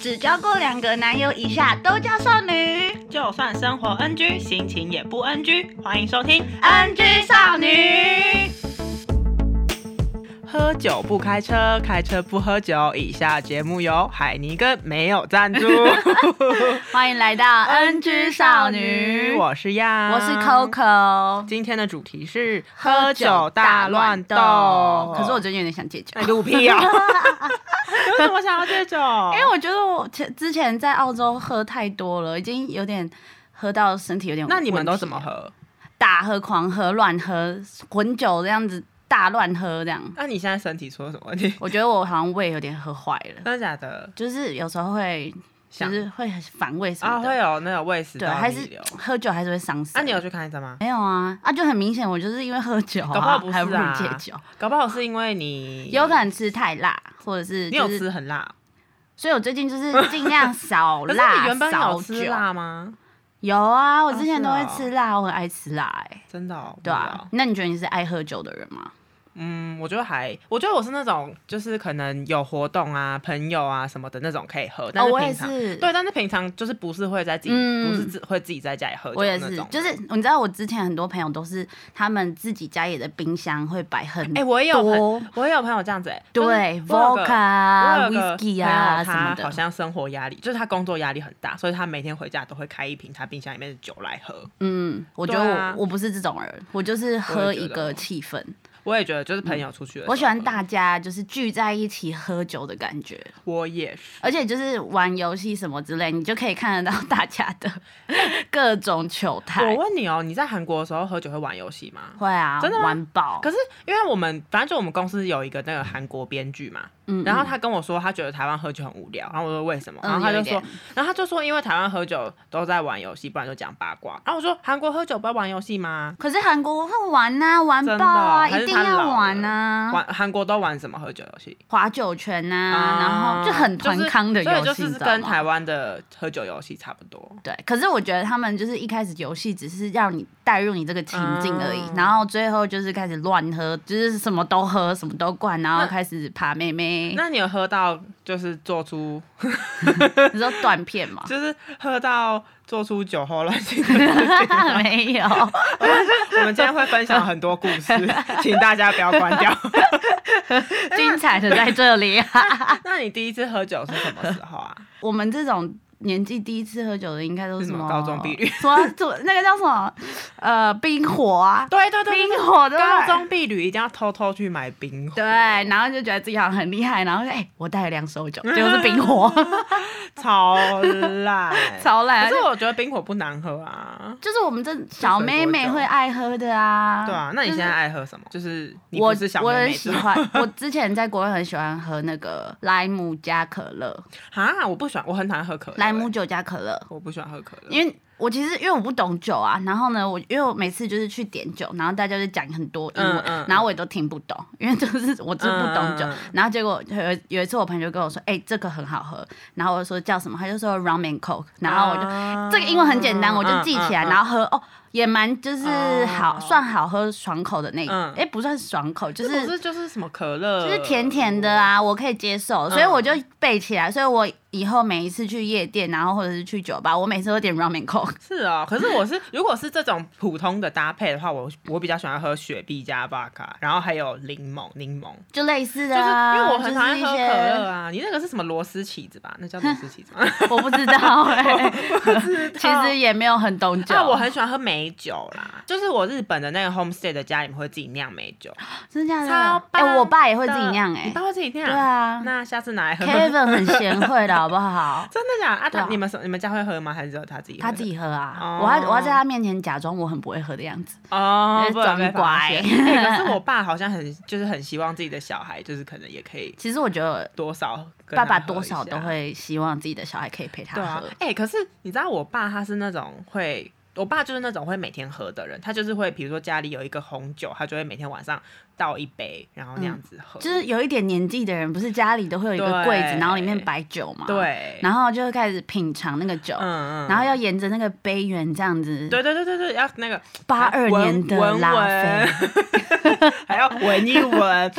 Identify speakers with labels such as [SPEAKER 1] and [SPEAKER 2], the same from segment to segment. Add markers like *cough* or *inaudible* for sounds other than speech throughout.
[SPEAKER 1] 只交过两个男友以下都叫少女。
[SPEAKER 2] 就算生活 NG，心情也不 NG。欢迎收听
[SPEAKER 1] NG 少女，
[SPEAKER 2] 喝酒不开车，开车不喝酒。以下节目由海尼根没有赞助。
[SPEAKER 1] 欢迎来到
[SPEAKER 2] *laughs*
[SPEAKER 1] NG 少女，
[SPEAKER 2] 我是亚，
[SPEAKER 1] 我是 Coco，
[SPEAKER 2] 今天的主题是
[SPEAKER 1] 喝酒大乱斗。可是我
[SPEAKER 2] 觉
[SPEAKER 1] 最近有点想戒酒
[SPEAKER 2] 得，肚屁啊！ *laughs* 为什么想要戒酒？
[SPEAKER 1] 因为我觉得我前之前在澳洲喝太多了，已经有点喝到身体有点。
[SPEAKER 2] *laughs* 那你们都怎么？喝？
[SPEAKER 1] 大喝、狂喝、乱喝、混酒这样子，大乱喝这样。
[SPEAKER 2] 那啊你现在身体出了什么问题？
[SPEAKER 1] 我觉得我好像胃有点喝坏了，
[SPEAKER 2] 真的假的？
[SPEAKER 1] 就是有时候会，就
[SPEAKER 2] 想
[SPEAKER 1] 是会很反胃什
[SPEAKER 2] 啊，
[SPEAKER 1] 么的。
[SPEAKER 2] 会有那个胃食
[SPEAKER 1] 对，
[SPEAKER 2] 道
[SPEAKER 1] 还
[SPEAKER 2] 逆
[SPEAKER 1] 是
[SPEAKER 2] 流。
[SPEAKER 1] 喝酒还是会伤身。
[SPEAKER 2] 那你有去看医生吗？
[SPEAKER 1] 没有啊，啊，就很明显，我就是因为喝酒
[SPEAKER 2] 搞不好
[SPEAKER 1] 啊，
[SPEAKER 2] 不是啊
[SPEAKER 1] 还不如戒酒，
[SPEAKER 2] 搞不好是因为你
[SPEAKER 1] 有可能吃太辣，或者是
[SPEAKER 2] 你
[SPEAKER 1] 就
[SPEAKER 2] 有
[SPEAKER 1] 是，
[SPEAKER 2] 吃很辣，
[SPEAKER 1] 所以我最近就是尽
[SPEAKER 2] *laughs*
[SPEAKER 1] 量少
[SPEAKER 2] 可是
[SPEAKER 1] 辣
[SPEAKER 2] 你原本
[SPEAKER 1] 少
[SPEAKER 2] 有
[SPEAKER 1] 酒
[SPEAKER 2] 吃。辣吗？
[SPEAKER 1] 有啊，我
[SPEAKER 2] 啊
[SPEAKER 1] 之前
[SPEAKER 2] 是
[SPEAKER 1] 都会
[SPEAKER 2] 哦
[SPEAKER 1] 吃辣，我很爱吃辣、哎，
[SPEAKER 2] 真的、哦，
[SPEAKER 1] 对
[SPEAKER 2] 不知
[SPEAKER 1] 啊
[SPEAKER 2] 道。。
[SPEAKER 1] 那你觉得你是爱喝酒的人吗？
[SPEAKER 2] 嗯，我觉得还，我觉得我是那种就是可能有活动啊、朋友啊什么的那种可以喝，但
[SPEAKER 1] 哦，
[SPEAKER 2] 是
[SPEAKER 1] 我也
[SPEAKER 2] 平常、
[SPEAKER 1] 是，
[SPEAKER 2] 对，但是平常就是不是会在自己，
[SPEAKER 1] 嗯
[SPEAKER 2] 不是自会自己在家里喝酒
[SPEAKER 1] 我
[SPEAKER 2] 的
[SPEAKER 1] 也
[SPEAKER 2] 那
[SPEAKER 1] 是
[SPEAKER 2] 种，，啊
[SPEAKER 1] 就是你知道，我之前很多朋友都是他们自己家里的冰箱会摆很
[SPEAKER 2] 哎、我也有朋，
[SPEAKER 1] 多，
[SPEAKER 2] 我也有朋友这样子、欸，就是
[SPEAKER 1] 对
[SPEAKER 2] 我有个
[SPEAKER 1] ，vodka 啊、
[SPEAKER 2] 我有个
[SPEAKER 1] whisky
[SPEAKER 2] 朋
[SPEAKER 1] 啊
[SPEAKER 2] 友
[SPEAKER 1] 什么
[SPEAKER 2] 他好
[SPEAKER 1] 的，
[SPEAKER 2] 像生活压力，就是他工作压力很大，所以他每天回家都会开一瓶他冰箱里面的酒来喝。
[SPEAKER 1] 嗯，我觉得
[SPEAKER 2] 对
[SPEAKER 1] 我、
[SPEAKER 2] 啊
[SPEAKER 1] 我不是这种人，我就是喝
[SPEAKER 2] 我也觉
[SPEAKER 1] 一
[SPEAKER 2] 得哦
[SPEAKER 1] 个
[SPEAKER 2] 我
[SPEAKER 1] 气氛，
[SPEAKER 2] 我也觉得，就是朋友出去的时候
[SPEAKER 1] 我喜欢，大家就是聚在一起喝酒的感觉，
[SPEAKER 2] 我也是。
[SPEAKER 1] 而且就是玩游戏什么之类，你就可以看得到大家的 *laughs* 各种糗
[SPEAKER 2] 我
[SPEAKER 1] 态。
[SPEAKER 2] 问你哦，你在韩国的时候喝酒会玩游戏吗？
[SPEAKER 1] 会啊，
[SPEAKER 2] 真的吗
[SPEAKER 1] 玩爆。
[SPEAKER 2] 可是因为我们反正就我们公司有一个那个韩国编剧嘛，
[SPEAKER 1] 嗯
[SPEAKER 2] 然后他跟我说他觉得台湾喝酒很无聊，然后我说为什么？
[SPEAKER 1] 嗯
[SPEAKER 2] 然后他
[SPEAKER 1] 有
[SPEAKER 2] 就
[SPEAKER 1] 一
[SPEAKER 2] 说，然后他就说因为台湾喝酒都在玩游戏，不然就讲八卦。然后我说韩国喝酒不要玩游戏吗？
[SPEAKER 1] 可是韩国会玩呐、啊，玩
[SPEAKER 2] 真
[SPEAKER 1] 爆
[SPEAKER 2] 的
[SPEAKER 1] 啊，
[SPEAKER 2] 还
[SPEAKER 1] 一
[SPEAKER 2] 是
[SPEAKER 1] 定
[SPEAKER 2] 他
[SPEAKER 1] 要
[SPEAKER 2] 老
[SPEAKER 1] 玩
[SPEAKER 2] 了
[SPEAKER 1] 呐、啊，
[SPEAKER 2] 玩韩国都玩什么喝酒游戏？
[SPEAKER 1] 划酒圈呐、
[SPEAKER 2] 啊
[SPEAKER 1] 然后就很团康的游戏，
[SPEAKER 2] 就是所以
[SPEAKER 1] 你
[SPEAKER 2] 就
[SPEAKER 1] 知
[SPEAKER 2] 是
[SPEAKER 1] 道
[SPEAKER 2] 跟
[SPEAKER 1] 吗哎
[SPEAKER 2] 台湾的喝酒游戏差不多。
[SPEAKER 1] 对，可是我觉得他们就是一开始游戏只是让你带入你这个情境而已，
[SPEAKER 2] 嗯
[SPEAKER 1] 然后最后就是开始乱喝，就是什么都喝，什么都灌，然后
[SPEAKER 2] 那
[SPEAKER 1] 开始爬妹妹，
[SPEAKER 2] 那你有喝到就是做出？
[SPEAKER 1] 你知道断片吗
[SPEAKER 2] 就是喝到做出酒后乱性的？
[SPEAKER 1] *laughs* 没有，
[SPEAKER 2] *laughs* 我们今天会分享很多故
[SPEAKER 1] *laughs*
[SPEAKER 2] 事，请大家不要关掉。
[SPEAKER 1] 精彩的在这里。啊
[SPEAKER 2] 那你第一次喝酒是什么时候啊？
[SPEAKER 1] *laughs* 我们这种年纪第一次喝酒的，应该都是
[SPEAKER 2] 是
[SPEAKER 1] 什
[SPEAKER 2] 什么
[SPEAKER 1] 么
[SPEAKER 2] 高中毕旅
[SPEAKER 1] 说做那个叫什么呃冰火啊，
[SPEAKER 2] 对对
[SPEAKER 1] 冰火对不对
[SPEAKER 2] 高中避旅一定要偷偷去买冰火，
[SPEAKER 1] 对，然后就觉得自己好像很厉害，然后就哎、我带了两手
[SPEAKER 2] *laughs*
[SPEAKER 1] 酒，结果是冰火， *laughs*
[SPEAKER 2] 超烂。
[SPEAKER 1] 超烂。
[SPEAKER 2] 可是我觉得冰火不难喝啊。
[SPEAKER 1] 就是我们这小妹妹会爱喝的啊。
[SPEAKER 2] 对啊，那你现在
[SPEAKER 1] 就是
[SPEAKER 2] 爱喝什么？就是你
[SPEAKER 1] 我
[SPEAKER 2] 不是小
[SPEAKER 1] 我
[SPEAKER 2] 妹
[SPEAKER 1] 很
[SPEAKER 2] 妹
[SPEAKER 1] 喜
[SPEAKER 2] 之后
[SPEAKER 1] 欢， *laughs* 我之前在国外很喜欢喝那个莱姆加可乐，
[SPEAKER 2] 啊，我不喜欢，我很讨厌喝可乐。欸
[SPEAKER 1] 莱姆酒加可乐，
[SPEAKER 2] 我不喜欢喝可乐，
[SPEAKER 1] 因为。我其实因为我不懂酒啊，然后呢，我因为我每次就是去点酒，然后大家就讲很多英文，
[SPEAKER 2] 嗯嗯嗯
[SPEAKER 1] 然后我也都听不懂， *laughs* 因为就是我就是不懂酒。
[SPEAKER 2] 嗯嗯嗯
[SPEAKER 1] 然后结果有有一次我朋友就跟我说，哎、这个很好喝，然后我就说叫什么，他就说 rum and coke，然后我就
[SPEAKER 2] 就
[SPEAKER 1] 这个英文很简
[SPEAKER 2] 嗯
[SPEAKER 1] 单，我就记起来，然
[SPEAKER 2] 后
[SPEAKER 1] 后喝哦，也蛮就是好、
[SPEAKER 2] 哦
[SPEAKER 1] 算好喝爽口的那，哎、
[SPEAKER 2] 嗯
[SPEAKER 1] 不算爽口，就
[SPEAKER 2] 就是是哦就是什么可乐，
[SPEAKER 1] 就是甜甜的。啊，我可以接受，
[SPEAKER 2] 嗯
[SPEAKER 1] 所以我就背起来，所以我以后每一次去夜店，然后或者是去酒吧，我每次都点 rum and coke，
[SPEAKER 2] 是哦，可是我是 *laughs* 如果是这种普通的搭配的话，我我比较喜欢喝雪碧加巴卡，然后还有柠檬柠檬。
[SPEAKER 1] *laughs* 就类似的
[SPEAKER 2] 就是
[SPEAKER 1] 啊、
[SPEAKER 2] 因为我很讨厌喝可乐
[SPEAKER 1] 啊，
[SPEAKER 2] 啊，你那个是什么螺丝起子吧？那叫螺丝
[SPEAKER 1] *laughs*
[SPEAKER 2] 起子吗？
[SPEAKER 1] 我不知
[SPEAKER 2] *laughs*
[SPEAKER 1] 道哎、其实也没有很懂酒，
[SPEAKER 2] 那啊我很喜欢喝美酒啦，就是我日本的那个 homestay 的家里面会自己酿美酒，
[SPEAKER 1] 真的假
[SPEAKER 2] 超
[SPEAKER 1] 的？哎、
[SPEAKER 2] 棒
[SPEAKER 1] 我爸也会自己酿
[SPEAKER 2] 你
[SPEAKER 1] 哎、
[SPEAKER 2] 爸会自己酿？
[SPEAKER 1] 对啊
[SPEAKER 2] 那下次拿来喝。
[SPEAKER 1] ，Kevin 很贤惠的好不好？
[SPEAKER 2] 真的假的？啊，
[SPEAKER 1] 对啊
[SPEAKER 2] 他你们什你们家会喝吗？还是只有他自己喝？
[SPEAKER 1] 他自己喝啊，
[SPEAKER 2] 哦
[SPEAKER 1] 我还我要在他面前假装我很不会喝的样子。
[SPEAKER 2] 哦，
[SPEAKER 1] 就是
[SPEAKER 2] 不然被
[SPEAKER 1] 装
[SPEAKER 2] 发
[SPEAKER 1] 乖 *laughs*
[SPEAKER 2] 现。哎可是我爸好像很就是很希望自己的小孩，就是可能也可以
[SPEAKER 1] 其实我觉得
[SPEAKER 2] 多少跟
[SPEAKER 1] 爸
[SPEAKER 2] 他
[SPEAKER 1] 爸
[SPEAKER 2] 喝
[SPEAKER 1] 多
[SPEAKER 2] 一
[SPEAKER 1] 少
[SPEAKER 2] 下
[SPEAKER 1] 都会希望自己的小孩可以陪他
[SPEAKER 2] 对啊
[SPEAKER 1] 喝。。
[SPEAKER 2] 哎、可是你知道我爸他是那种会。我爸就是那种会每天喝的人，他就是会比如说家里有一个红酒，他就会每天晚上倒一杯，然后那样子喝。
[SPEAKER 1] 嗯就是有一点年纪的人，不是家里都会有一个柜子，
[SPEAKER 2] 对
[SPEAKER 1] 然后里面摆酒嘛，，
[SPEAKER 2] 对，
[SPEAKER 1] 然后就会开始品尝那个酒，
[SPEAKER 2] 嗯嗯，
[SPEAKER 1] 然后要沿着那个杯缘这样子，
[SPEAKER 2] 对对对对对，要那个
[SPEAKER 1] *laughs* 八二
[SPEAKER 2] 闻
[SPEAKER 1] 年的
[SPEAKER 2] 闻
[SPEAKER 1] 拉
[SPEAKER 2] 闻 *laughs*
[SPEAKER 1] 菲，
[SPEAKER 2] 还
[SPEAKER 1] *laughs*
[SPEAKER 2] 要闻一闻。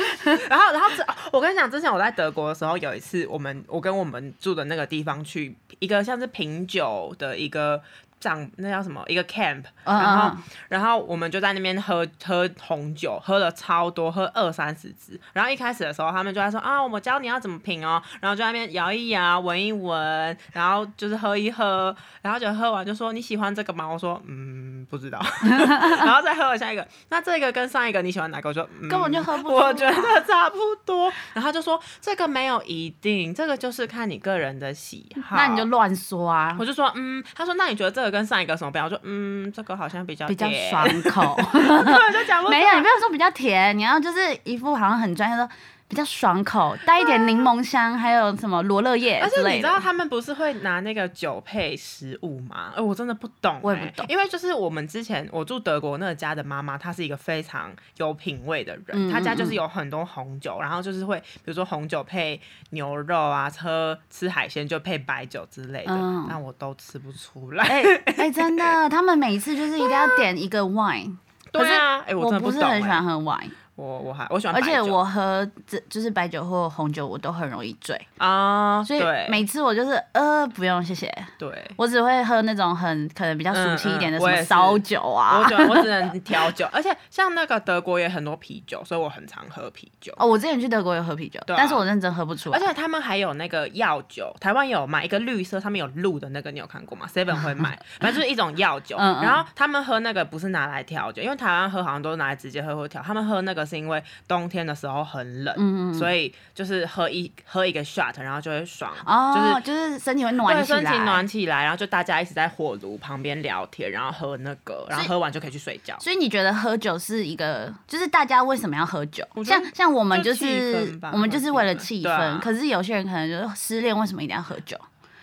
[SPEAKER 2] 然后，然后这、哦我跟你讲，之前我在德国的时候，有一次我们我跟我们住的那个地方去一个像是品酒的一个。帐，那叫什么？一个 camp，
[SPEAKER 1] 嗯
[SPEAKER 2] 然后
[SPEAKER 1] 嗯，
[SPEAKER 2] 然后我们就在那边喝喝红酒，喝了超多，喝二三十支。然后一开始的时候，他们就在说啊，我教你要怎么品哦，然后就在那边摇一摇，闻一闻，然后就是喝一喝，然后就喝完就说你喜欢这个吗？我说嗯，不
[SPEAKER 1] *laughs*
[SPEAKER 2] 知道。然后再喝了下一个，那这个跟上一个你喜欢哪个？我说、嗯、
[SPEAKER 1] 根本就喝不出
[SPEAKER 2] 我觉得差不多。然后他就说这个没有一定，这个就是看你个人的喜好。
[SPEAKER 1] 那你就乱说啊
[SPEAKER 2] 我，就说嗯，他说那你觉得这个跟上一个什么不一样？我说嗯，这个好像比较
[SPEAKER 1] 比较
[SPEAKER 2] 甜 *laughs*
[SPEAKER 1] 爽口。
[SPEAKER 2] 根本就讲不出来
[SPEAKER 1] *laughs* 没有，你不要说比较甜，你要就是一副好像很专业说比较爽口，带一点柠檬香，还有什么罗勒叶
[SPEAKER 2] 而
[SPEAKER 1] 之
[SPEAKER 2] 且你
[SPEAKER 1] 类
[SPEAKER 2] 知道
[SPEAKER 1] 的。
[SPEAKER 2] 他们不是会拿那个酒配食物吗？呃，我真的不懂、欸，
[SPEAKER 1] 我也不懂
[SPEAKER 2] 因为就是我们之前我住德国那个家的妈妈，她是一个非常有品味的人，
[SPEAKER 1] 嗯
[SPEAKER 2] 她家就
[SPEAKER 1] 嗯
[SPEAKER 2] 是有很多红酒，然后就是会比如说红酒配牛肉啊，喝吃海鲜就配白酒之类的，
[SPEAKER 1] 嗯
[SPEAKER 2] 但我都吃不出来。 *laughs*
[SPEAKER 1] 哎哎、真的，他们每一次就是一定要点一个
[SPEAKER 2] 啊
[SPEAKER 1] wine，、可
[SPEAKER 2] 对
[SPEAKER 1] 是
[SPEAKER 2] 啊，哎、我
[SPEAKER 1] 我
[SPEAKER 2] 真的
[SPEAKER 1] 不是
[SPEAKER 2] 懂、
[SPEAKER 1] 很喜
[SPEAKER 2] 欸，
[SPEAKER 1] 欢喝 wine，
[SPEAKER 2] 我我还我喜欢白
[SPEAKER 1] 而
[SPEAKER 2] 酒，
[SPEAKER 1] 且我喝这就是白酒或红酒，我都很容易醉，
[SPEAKER 2] 啊，
[SPEAKER 1] 所以
[SPEAKER 2] 对
[SPEAKER 1] 每次我就是呃不用谢谢，
[SPEAKER 2] 对。
[SPEAKER 1] 我只会喝那种很可能比较熟
[SPEAKER 2] 嗯
[SPEAKER 1] 悉一
[SPEAKER 2] 嗯
[SPEAKER 1] 点的什
[SPEAKER 2] 我
[SPEAKER 1] 么
[SPEAKER 2] 也是
[SPEAKER 1] 烧酒啊
[SPEAKER 2] 我。只能我只能调酒，而且像那个德国也很多啤酒，所以我很常喝啤酒。
[SPEAKER 1] 哦，我之前去德国有喝啤酒，
[SPEAKER 2] 对啊
[SPEAKER 1] 但是我认真喝不出来
[SPEAKER 2] 而。且他们还有那个药酒，台湾有买一个绿色，上面有鹿的那个，你有看过吗？Seven 会
[SPEAKER 1] *laughs*
[SPEAKER 2] 买，反正就是一种药酒。
[SPEAKER 1] 嗯嗯
[SPEAKER 2] 然后他们喝那个不是拿来调酒，因为台湾喝好像都是拿来直接喝或调，他们喝那个是因为冬天的时候很冷，
[SPEAKER 1] 嗯嗯嗯
[SPEAKER 2] 所以就是喝一喝一个 shot，然后就会爽，
[SPEAKER 1] 哦，
[SPEAKER 2] 就
[SPEAKER 1] 就
[SPEAKER 2] 是。
[SPEAKER 1] 是身体会
[SPEAKER 2] 对，
[SPEAKER 1] 暖起
[SPEAKER 2] 身体
[SPEAKER 1] 来，
[SPEAKER 2] 暖起来，然后就大家一起在火炉旁边聊天，然后喝那个，然后喝完就可以去睡觉。
[SPEAKER 1] 所以你觉得喝酒是一个，就是大家为什么要喝酒？
[SPEAKER 2] 我觉
[SPEAKER 1] 像
[SPEAKER 2] 得
[SPEAKER 1] 像我们
[SPEAKER 2] 就气
[SPEAKER 1] 是
[SPEAKER 2] 氛吧
[SPEAKER 1] 我们就是为了气氛，
[SPEAKER 2] 对啊
[SPEAKER 1] 可是有些人可能就是失恋，为什么一定要喝酒？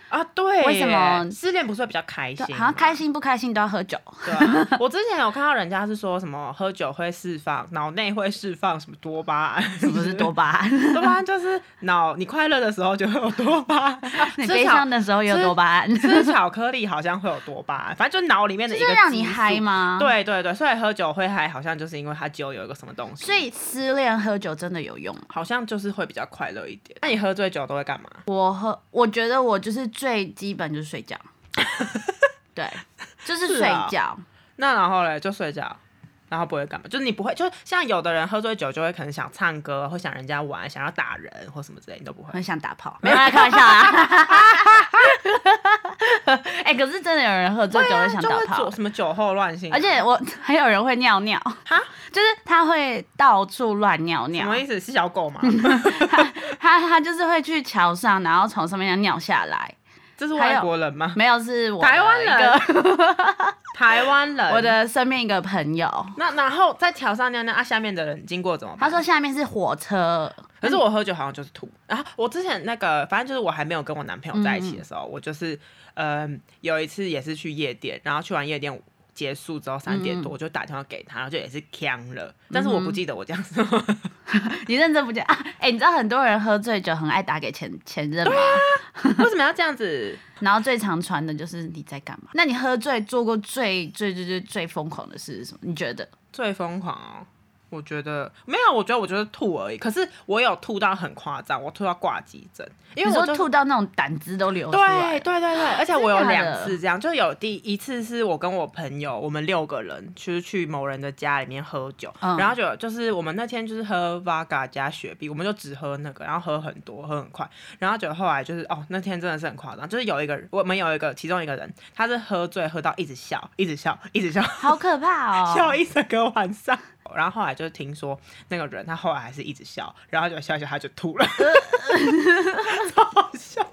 [SPEAKER 2] 啊，对耶，
[SPEAKER 1] 为什么
[SPEAKER 2] 失恋不是会比较开心
[SPEAKER 1] 对
[SPEAKER 2] 吗？
[SPEAKER 1] 好像开心不开心都要
[SPEAKER 2] *laughs*
[SPEAKER 1] 喝酒。*laughs*
[SPEAKER 2] 对啊，我之前有看到人家是说什么喝酒会释放，脑内会释放什么多巴胺， *laughs*
[SPEAKER 1] 是不是多巴胺？ *laughs*
[SPEAKER 2] 多巴胺就是脑你快乐的时候就会有多巴胺，啊
[SPEAKER 1] *laughs* 你
[SPEAKER 2] 吃
[SPEAKER 1] 悲
[SPEAKER 2] 巧
[SPEAKER 1] 伤的时候也有多巴胺， *laughs* 就
[SPEAKER 2] 吃巧克力好像会有多巴胺，反正就脑里面的一个
[SPEAKER 1] 是让你
[SPEAKER 2] 激素
[SPEAKER 1] 嗨？吗？。
[SPEAKER 2] 对对对，所以喝酒会嗨，好像就是因为它酒有一个什么东西，
[SPEAKER 1] 所以失恋喝酒真的有用。
[SPEAKER 2] 好像就是会比较快乐一点。那你喝醉酒都会干嘛？
[SPEAKER 1] 我喝，我觉得我就是最基本就是
[SPEAKER 2] *laughs*
[SPEAKER 1] 睡觉，对，就是
[SPEAKER 2] 是
[SPEAKER 1] 睡
[SPEAKER 2] 啊
[SPEAKER 1] 觉。
[SPEAKER 2] 那然后嘞，就睡觉，然后不会干嘛，就是你不会，就是像有的人喝醉酒就会可能想唱歌，或想人家玩，想要打人或什么之类，你都不会。
[SPEAKER 1] 很想打炮，
[SPEAKER 2] *laughs*
[SPEAKER 1] 没有啦，开玩笑啊。 *laughs* 哎、可是真的有人喝醉酒会想
[SPEAKER 2] 啊就
[SPEAKER 1] 打
[SPEAKER 2] 会
[SPEAKER 1] 炮
[SPEAKER 2] 做，什么酒后乱性，
[SPEAKER 1] 而且我还有人会尿尿，
[SPEAKER 2] 哈，
[SPEAKER 1] 就是他会到处乱尿
[SPEAKER 2] 什
[SPEAKER 1] 尿，
[SPEAKER 2] 么意思？是小狗吗？
[SPEAKER 1] 嗯他他就是会去桥上，然后从上面这样尿下来。
[SPEAKER 2] *laughs* 这是
[SPEAKER 1] 还有
[SPEAKER 2] 外国人吗？
[SPEAKER 1] 没有，是我的
[SPEAKER 2] 台湾
[SPEAKER 1] 一个
[SPEAKER 2] 人，台湾人。
[SPEAKER 1] *laughs* 我的身边一个朋友，
[SPEAKER 2] 那然后在桥上尿尿啊，下面的人经过怎么办？
[SPEAKER 1] 他说下面是火车，
[SPEAKER 2] 可是我喝酒好像就是吐。然后我之前那个，反正就是我还没有跟我男朋友在一起的时候，我就是嗯、有一次也是去夜店，然后去完夜店。结束之后三点
[SPEAKER 1] 嗯
[SPEAKER 2] 多，我就打电话给他，然后就也是呛了，但是我不记得我这样说，
[SPEAKER 1] 你认真不见啊？哎、你知道很多人喝醉酒很爱打给前前任吗？
[SPEAKER 2] 为什么要这样子？
[SPEAKER 1] 然后最常传的就是你在干嘛？那你喝醉做过最最最最最疯狂的事是什么？你觉得？
[SPEAKER 2] 最疯狂哦，我觉得没有，我觉得我就是吐而已。可是我有吐到很夸张，我吐到挂急诊，
[SPEAKER 1] 你
[SPEAKER 2] 因为
[SPEAKER 1] 说
[SPEAKER 2] 我就
[SPEAKER 1] 吐到那种胆汁都流出来。
[SPEAKER 2] 对对对对，而且我有
[SPEAKER 1] 真的假的
[SPEAKER 2] 两次这样，就有第一次是我跟我朋友，我们六个人就是去某人的家里面喝酒，
[SPEAKER 1] 嗯
[SPEAKER 2] 然后就就是我们那天就是喝 Vaga 加雪碧，我们就只喝那个，然后喝很多，喝很快，然后就后来就是哦，那天真的是很夸张，就是有一个人，我们有一个其中一个人，他是喝醉喝到一直笑，一直笑， *laughs* 一直笑，
[SPEAKER 1] 好可怕哦！
[SPEAKER 2] 笑一整个晚上。然后后来就是听说那个人，他后来还是一直笑，然后就笑一笑他就吐了，超好笑。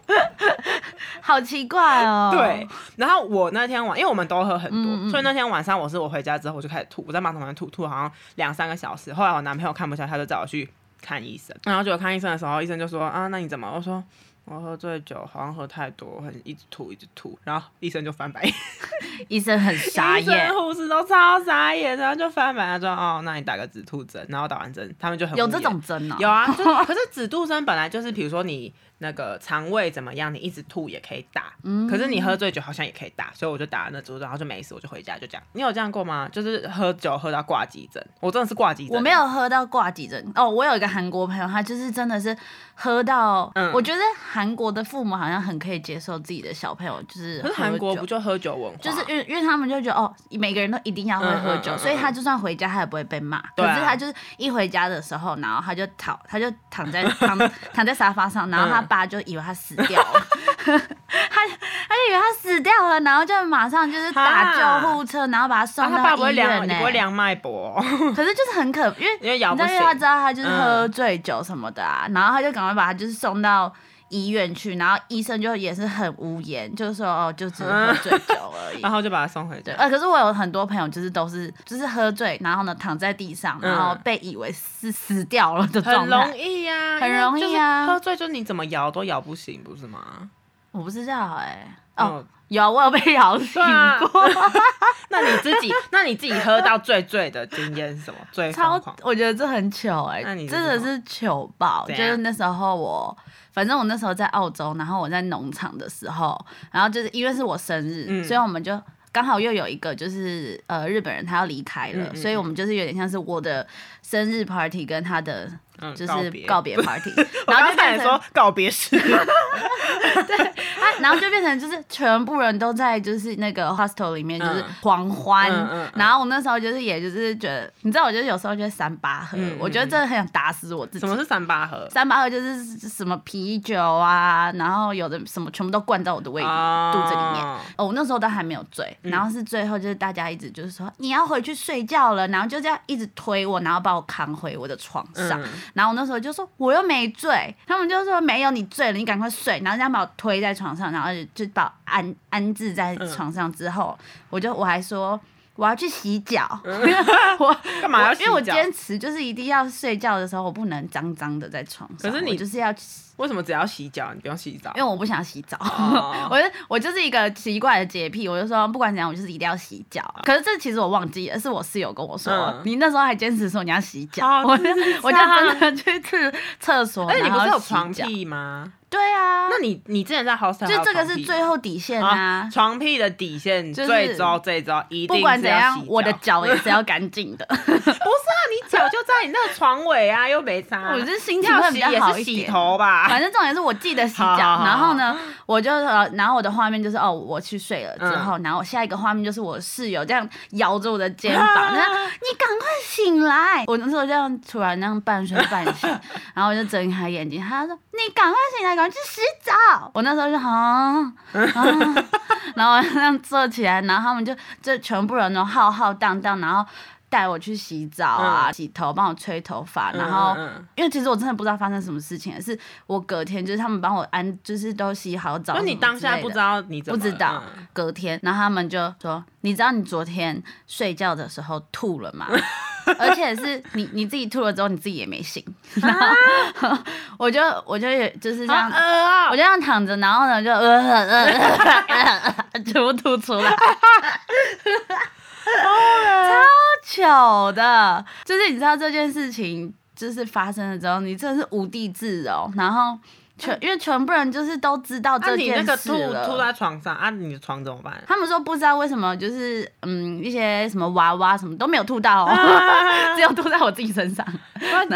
[SPEAKER 1] 好奇怪哦。
[SPEAKER 2] *laughs* 对，，然后我那天晚，因为我们都喝很多，所以那天晚上我是我回家之后我就开始吐，我在马桶上吐吐，好像两三个小时。后来我男朋友看不下，他就叫我去看医生。然后就看医生的时候，医生就说啊，那你怎么？我说我喝醉酒，好像喝太多，很一直吐一直吐。然后医生就翻白眼，
[SPEAKER 1] 医生很傻
[SPEAKER 2] 医生
[SPEAKER 1] 眼。
[SPEAKER 2] 护士都超傻眼，然后就翻白眼说：“哦，那你打个止吐针。”然后打完针，他们就很
[SPEAKER 1] 有
[SPEAKER 2] 无
[SPEAKER 1] 这
[SPEAKER 2] 言
[SPEAKER 1] 种哦针呢、
[SPEAKER 2] 有啊，
[SPEAKER 1] *laughs*
[SPEAKER 2] 就可是止吐针本来就是，比如说你那个肠胃怎么样，你一直吐也可以打，
[SPEAKER 1] 嗯
[SPEAKER 2] 可是你喝醉酒好像也可以打，所以我就打了那止吐针，然后就没事，我就回家，就这样。你有这样过吗？就是喝酒喝到挂急诊，我真的是挂急诊，
[SPEAKER 1] 我没有喝到挂急诊哦。我有一个韩国朋友，他就是真的是喝到，
[SPEAKER 2] 嗯
[SPEAKER 1] 我觉得韩国的父母好像很可以接受自己的小朋友就是
[SPEAKER 2] 可是
[SPEAKER 1] 喝
[SPEAKER 2] 韩国
[SPEAKER 1] 酒
[SPEAKER 2] 不就喝酒文化？
[SPEAKER 1] 就是因为因为他们就觉得哦，每个人都一定要会
[SPEAKER 2] 嗯
[SPEAKER 1] 喝
[SPEAKER 2] 嗯
[SPEAKER 1] 酒，
[SPEAKER 2] 嗯嗯
[SPEAKER 1] 所以他就算回家他也不会被骂。
[SPEAKER 2] 对啊
[SPEAKER 1] 可是他就是一回家的时候，然后他就躺，他就躺在
[SPEAKER 2] *laughs*
[SPEAKER 1] 躺躺在沙发上，然后他
[SPEAKER 2] 嗯
[SPEAKER 1] 爸就以为他死掉了， *laughs* 他他就以为他死掉了，然后就马上就是打
[SPEAKER 2] 哈
[SPEAKER 1] 救护车，然后把他
[SPEAKER 2] 啊
[SPEAKER 1] 送
[SPEAKER 2] 他爸不
[SPEAKER 1] 到
[SPEAKER 2] 会
[SPEAKER 1] 医
[SPEAKER 2] 量，
[SPEAKER 1] 院
[SPEAKER 2] 你
[SPEAKER 1] 呢、
[SPEAKER 2] 不会量脉搏哦、
[SPEAKER 1] 可是就是很可，因为
[SPEAKER 2] 因为咬
[SPEAKER 1] 你知
[SPEAKER 2] 不
[SPEAKER 1] 道，因为他知
[SPEAKER 2] 醒。
[SPEAKER 1] 道他就是
[SPEAKER 2] 嗯
[SPEAKER 1] 喝醉酒什么的啊，然后他就赶快把他就是送到医院去，然后医生就也是很无言，就是说哦，就只是喝
[SPEAKER 2] 嗯
[SPEAKER 1] 醉酒而
[SPEAKER 2] *laughs*
[SPEAKER 1] 已。
[SPEAKER 2] 然后就把他送回
[SPEAKER 1] 对，
[SPEAKER 2] 家。
[SPEAKER 1] 呃，可是我有很多朋友就是都是就是喝醉，然后呢躺在地上，
[SPEAKER 2] 嗯
[SPEAKER 1] 然后被以为是死掉了的
[SPEAKER 2] 很
[SPEAKER 1] 状态。
[SPEAKER 2] 容易呀、
[SPEAKER 1] 很
[SPEAKER 2] 因为
[SPEAKER 1] 容易
[SPEAKER 2] 就是
[SPEAKER 1] 啊
[SPEAKER 2] 喝醉就你怎么摇都摇不醒，不是吗？
[SPEAKER 1] 我不知道哎、哦，，有我有
[SPEAKER 2] *laughs*
[SPEAKER 1] 被摇醒
[SPEAKER 2] 嗯对啊
[SPEAKER 1] 过，
[SPEAKER 2] *laughs* 那你自 *laughs* 己，那你自己喝到最醉的经验是什么？最疯
[SPEAKER 1] 超
[SPEAKER 2] 狂？
[SPEAKER 1] 我觉得这很糗哎、
[SPEAKER 2] 那你是
[SPEAKER 1] 真的
[SPEAKER 2] 什么啊
[SPEAKER 1] 是糗爆。就
[SPEAKER 2] 怎
[SPEAKER 1] 是
[SPEAKER 2] 样
[SPEAKER 1] 那时候我，反正我那时候在澳洲，然后我在农场的时候，然后就是因为是我生日，
[SPEAKER 2] 嗯
[SPEAKER 1] 所以我们就。刚好又有一个就是呃日本人他要离开了，
[SPEAKER 2] 嗯嗯
[SPEAKER 1] 所以我们就是有点像是我的生日 party 跟他的
[SPEAKER 2] *laughs* 嗯，
[SPEAKER 1] 就是
[SPEAKER 2] 别
[SPEAKER 1] 告。别 party，
[SPEAKER 2] *laughs* 我
[SPEAKER 1] 然后就
[SPEAKER 2] 刚才
[SPEAKER 1] 变
[SPEAKER 2] 也
[SPEAKER 1] 成
[SPEAKER 2] 说告
[SPEAKER 1] *laughs*
[SPEAKER 2] 别式，
[SPEAKER 1] 啊，然后就变成就是全部人都在就是那个 hostel 里面就是
[SPEAKER 2] 嗯
[SPEAKER 1] 狂欢，
[SPEAKER 2] 嗯嗯嗯
[SPEAKER 1] 然后我那时候就是也就是觉得，你知道，我就是有时候就会三八喝，
[SPEAKER 2] 嗯嗯
[SPEAKER 1] 我觉得真的很想打死我自己
[SPEAKER 2] 什。么是三八喝？
[SPEAKER 1] 三八喝就是什么啤酒啊，然后有的什么全部都灌到我的胃里、肚子里面。
[SPEAKER 2] 哦
[SPEAKER 1] 哦，我那时候都还没有醉，
[SPEAKER 2] 嗯
[SPEAKER 1] 然后是最后就是大家一直就是说你要回去睡觉了，然后就这样一直推我，然后把我扛回我的床上。
[SPEAKER 2] 嗯
[SPEAKER 1] 然后我那时候就说我又没醉，他们就说没有你醉了，你赶快睡。然后这样把我推在床上，然后就就把我安安置在
[SPEAKER 2] 嗯
[SPEAKER 1] 床上之后，我就我还说我要去洗脚， *laughs* 我
[SPEAKER 2] 嗯 *laughs* 干嘛要
[SPEAKER 1] 我
[SPEAKER 2] 洗
[SPEAKER 1] 因为我
[SPEAKER 2] 脚
[SPEAKER 1] 坚持就是一定要睡觉的时候我不能脏脏的在床上，
[SPEAKER 2] 可是你
[SPEAKER 1] 我就是要洗，
[SPEAKER 2] 为什么只要洗脚，你不用洗澡
[SPEAKER 1] 因？为我不想洗澡。
[SPEAKER 2] 哦
[SPEAKER 1] *laughs* 我就我就是一个奇怪的洁癖，我就说不管怎样，我就是一定要洗脚。可是这其实我忘记了，是我室友跟我说，
[SPEAKER 2] 哦嗯哦
[SPEAKER 1] 你那时候还坚持说你要洗脚，*laughs*
[SPEAKER 2] 好
[SPEAKER 1] 我就
[SPEAKER 2] 智
[SPEAKER 1] 我就
[SPEAKER 2] 障
[SPEAKER 1] 真的去厕厕所，
[SPEAKER 2] 而啊且你不是
[SPEAKER 1] 然后
[SPEAKER 2] 有
[SPEAKER 1] 洗
[SPEAKER 2] 床
[SPEAKER 1] 脚？
[SPEAKER 2] 屁吗？
[SPEAKER 1] 对啊，
[SPEAKER 2] 那你你之前在 hostel
[SPEAKER 1] 就这个
[SPEAKER 2] 还有床
[SPEAKER 1] 是
[SPEAKER 2] 屁
[SPEAKER 1] 最后底线
[SPEAKER 2] 吗
[SPEAKER 1] 啊。
[SPEAKER 2] 床屁的底线，
[SPEAKER 1] 就是
[SPEAKER 2] 最糟最糟，一定
[SPEAKER 1] 不管
[SPEAKER 2] 是
[SPEAKER 1] 怎
[SPEAKER 2] 要
[SPEAKER 1] 样
[SPEAKER 2] 洗， *laughs*
[SPEAKER 1] 我的脚
[SPEAKER 2] 脚
[SPEAKER 1] 也是要干净的。
[SPEAKER 2] 不是啊，你脚就在你那个床尾 *laughs* 啊，又没擦。
[SPEAKER 1] *laughs* 我是心情
[SPEAKER 2] 要
[SPEAKER 1] 会
[SPEAKER 2] 洗
[SPEAKER 1] 比较
[SPEAKER 2] 也
[SPEAKER 1] 好
[SPEAKER 2] 是
[SPEAKER 1] 一
[SPEAKER 2] 洗
[SPEAKER 1] 点。
[SPEAKER 2] 头吧？
[SPEAKER 1] 反正重点是我记得洗
[SPEAKER 2] 好
[SPEAKER 1] 脚，
[SPEAKER 2] 好好
[SPEAKER 1] 然后呢，我就呃，然后我的画面就是哦，我去睡了之
[SPEAKER 2] 嗯
[SPEAKER 1] 后，然后我下一个画面就是我室友这样摇着我的肩
[SPEAKER 2] *laughs*
[SPEAKER 1] 膀，然后你赶快醒来！我那时候这样突然那样半睡半醒， *laughs* 然后我就睁开眼睛，他说你赶快醒来，赶快去洗澡。我那时候就好、啊，
[SPEAKER 2] *laughs*
[SPEAKER 1] 然后我这样坐起来，然后他们就就全部人都浩浩荡荡，然后带我去洗澡啊、洗头，帮我吹头发，然后。
[SPEAKER 2] 嗯嗯
[SPEAKER 1] 因为其实我真的不知道发生什么事情，是我隔天就是他们帮我安，就是都洗好澡。
[SPEAKER 2] 那嗯你当下不知？道你怎
[SPEAKER 1] 不
[SPEAKER 2] 么
[SPEAKER 1] 知道
[SPEAKER 2] 嗯，
[SPEAKER 1] 隔天，然后他们就说：“你知道你昨天睡觉的时候吐了吗？ *laughs* 而且是你你自己吐了之后，你自己也没醒。” *laughs* 然后 *laughs* 我就我就也就是这样
[SPEAKER 2] 好，恶啊
[SPEAKER 1] 我就这样躺着，然后呢就呃呃呃呃呃呃全部吐出来，超糗的。就是你知道这件事情就是发生了之后，你真的是无地自容，然后全因为全部人就是都知道
[SPEAKER 2] 那
[SPEAKER 1] 这
[SPEAKER 2] 啊你那
[SPEAKER 1] 件
[SPEAKER 2] 个
[SPEAKER 1] 事
[SPEAKER 2] 吐吐
[SPEAKER 1] 了。
[SPEAKER 2] 在床上啊，你的床怎
[SPEAKER 1] *laughs*
[SPEAKER 2] 么办？
[SPEAKER 1] 他们说不知道为什么，就是嗯，一些什么娃娃什么都没有吐到哦，*laughs*
[SPEAKER 2] 啊
[SPEAKER 1] 只有吐在我自己身上，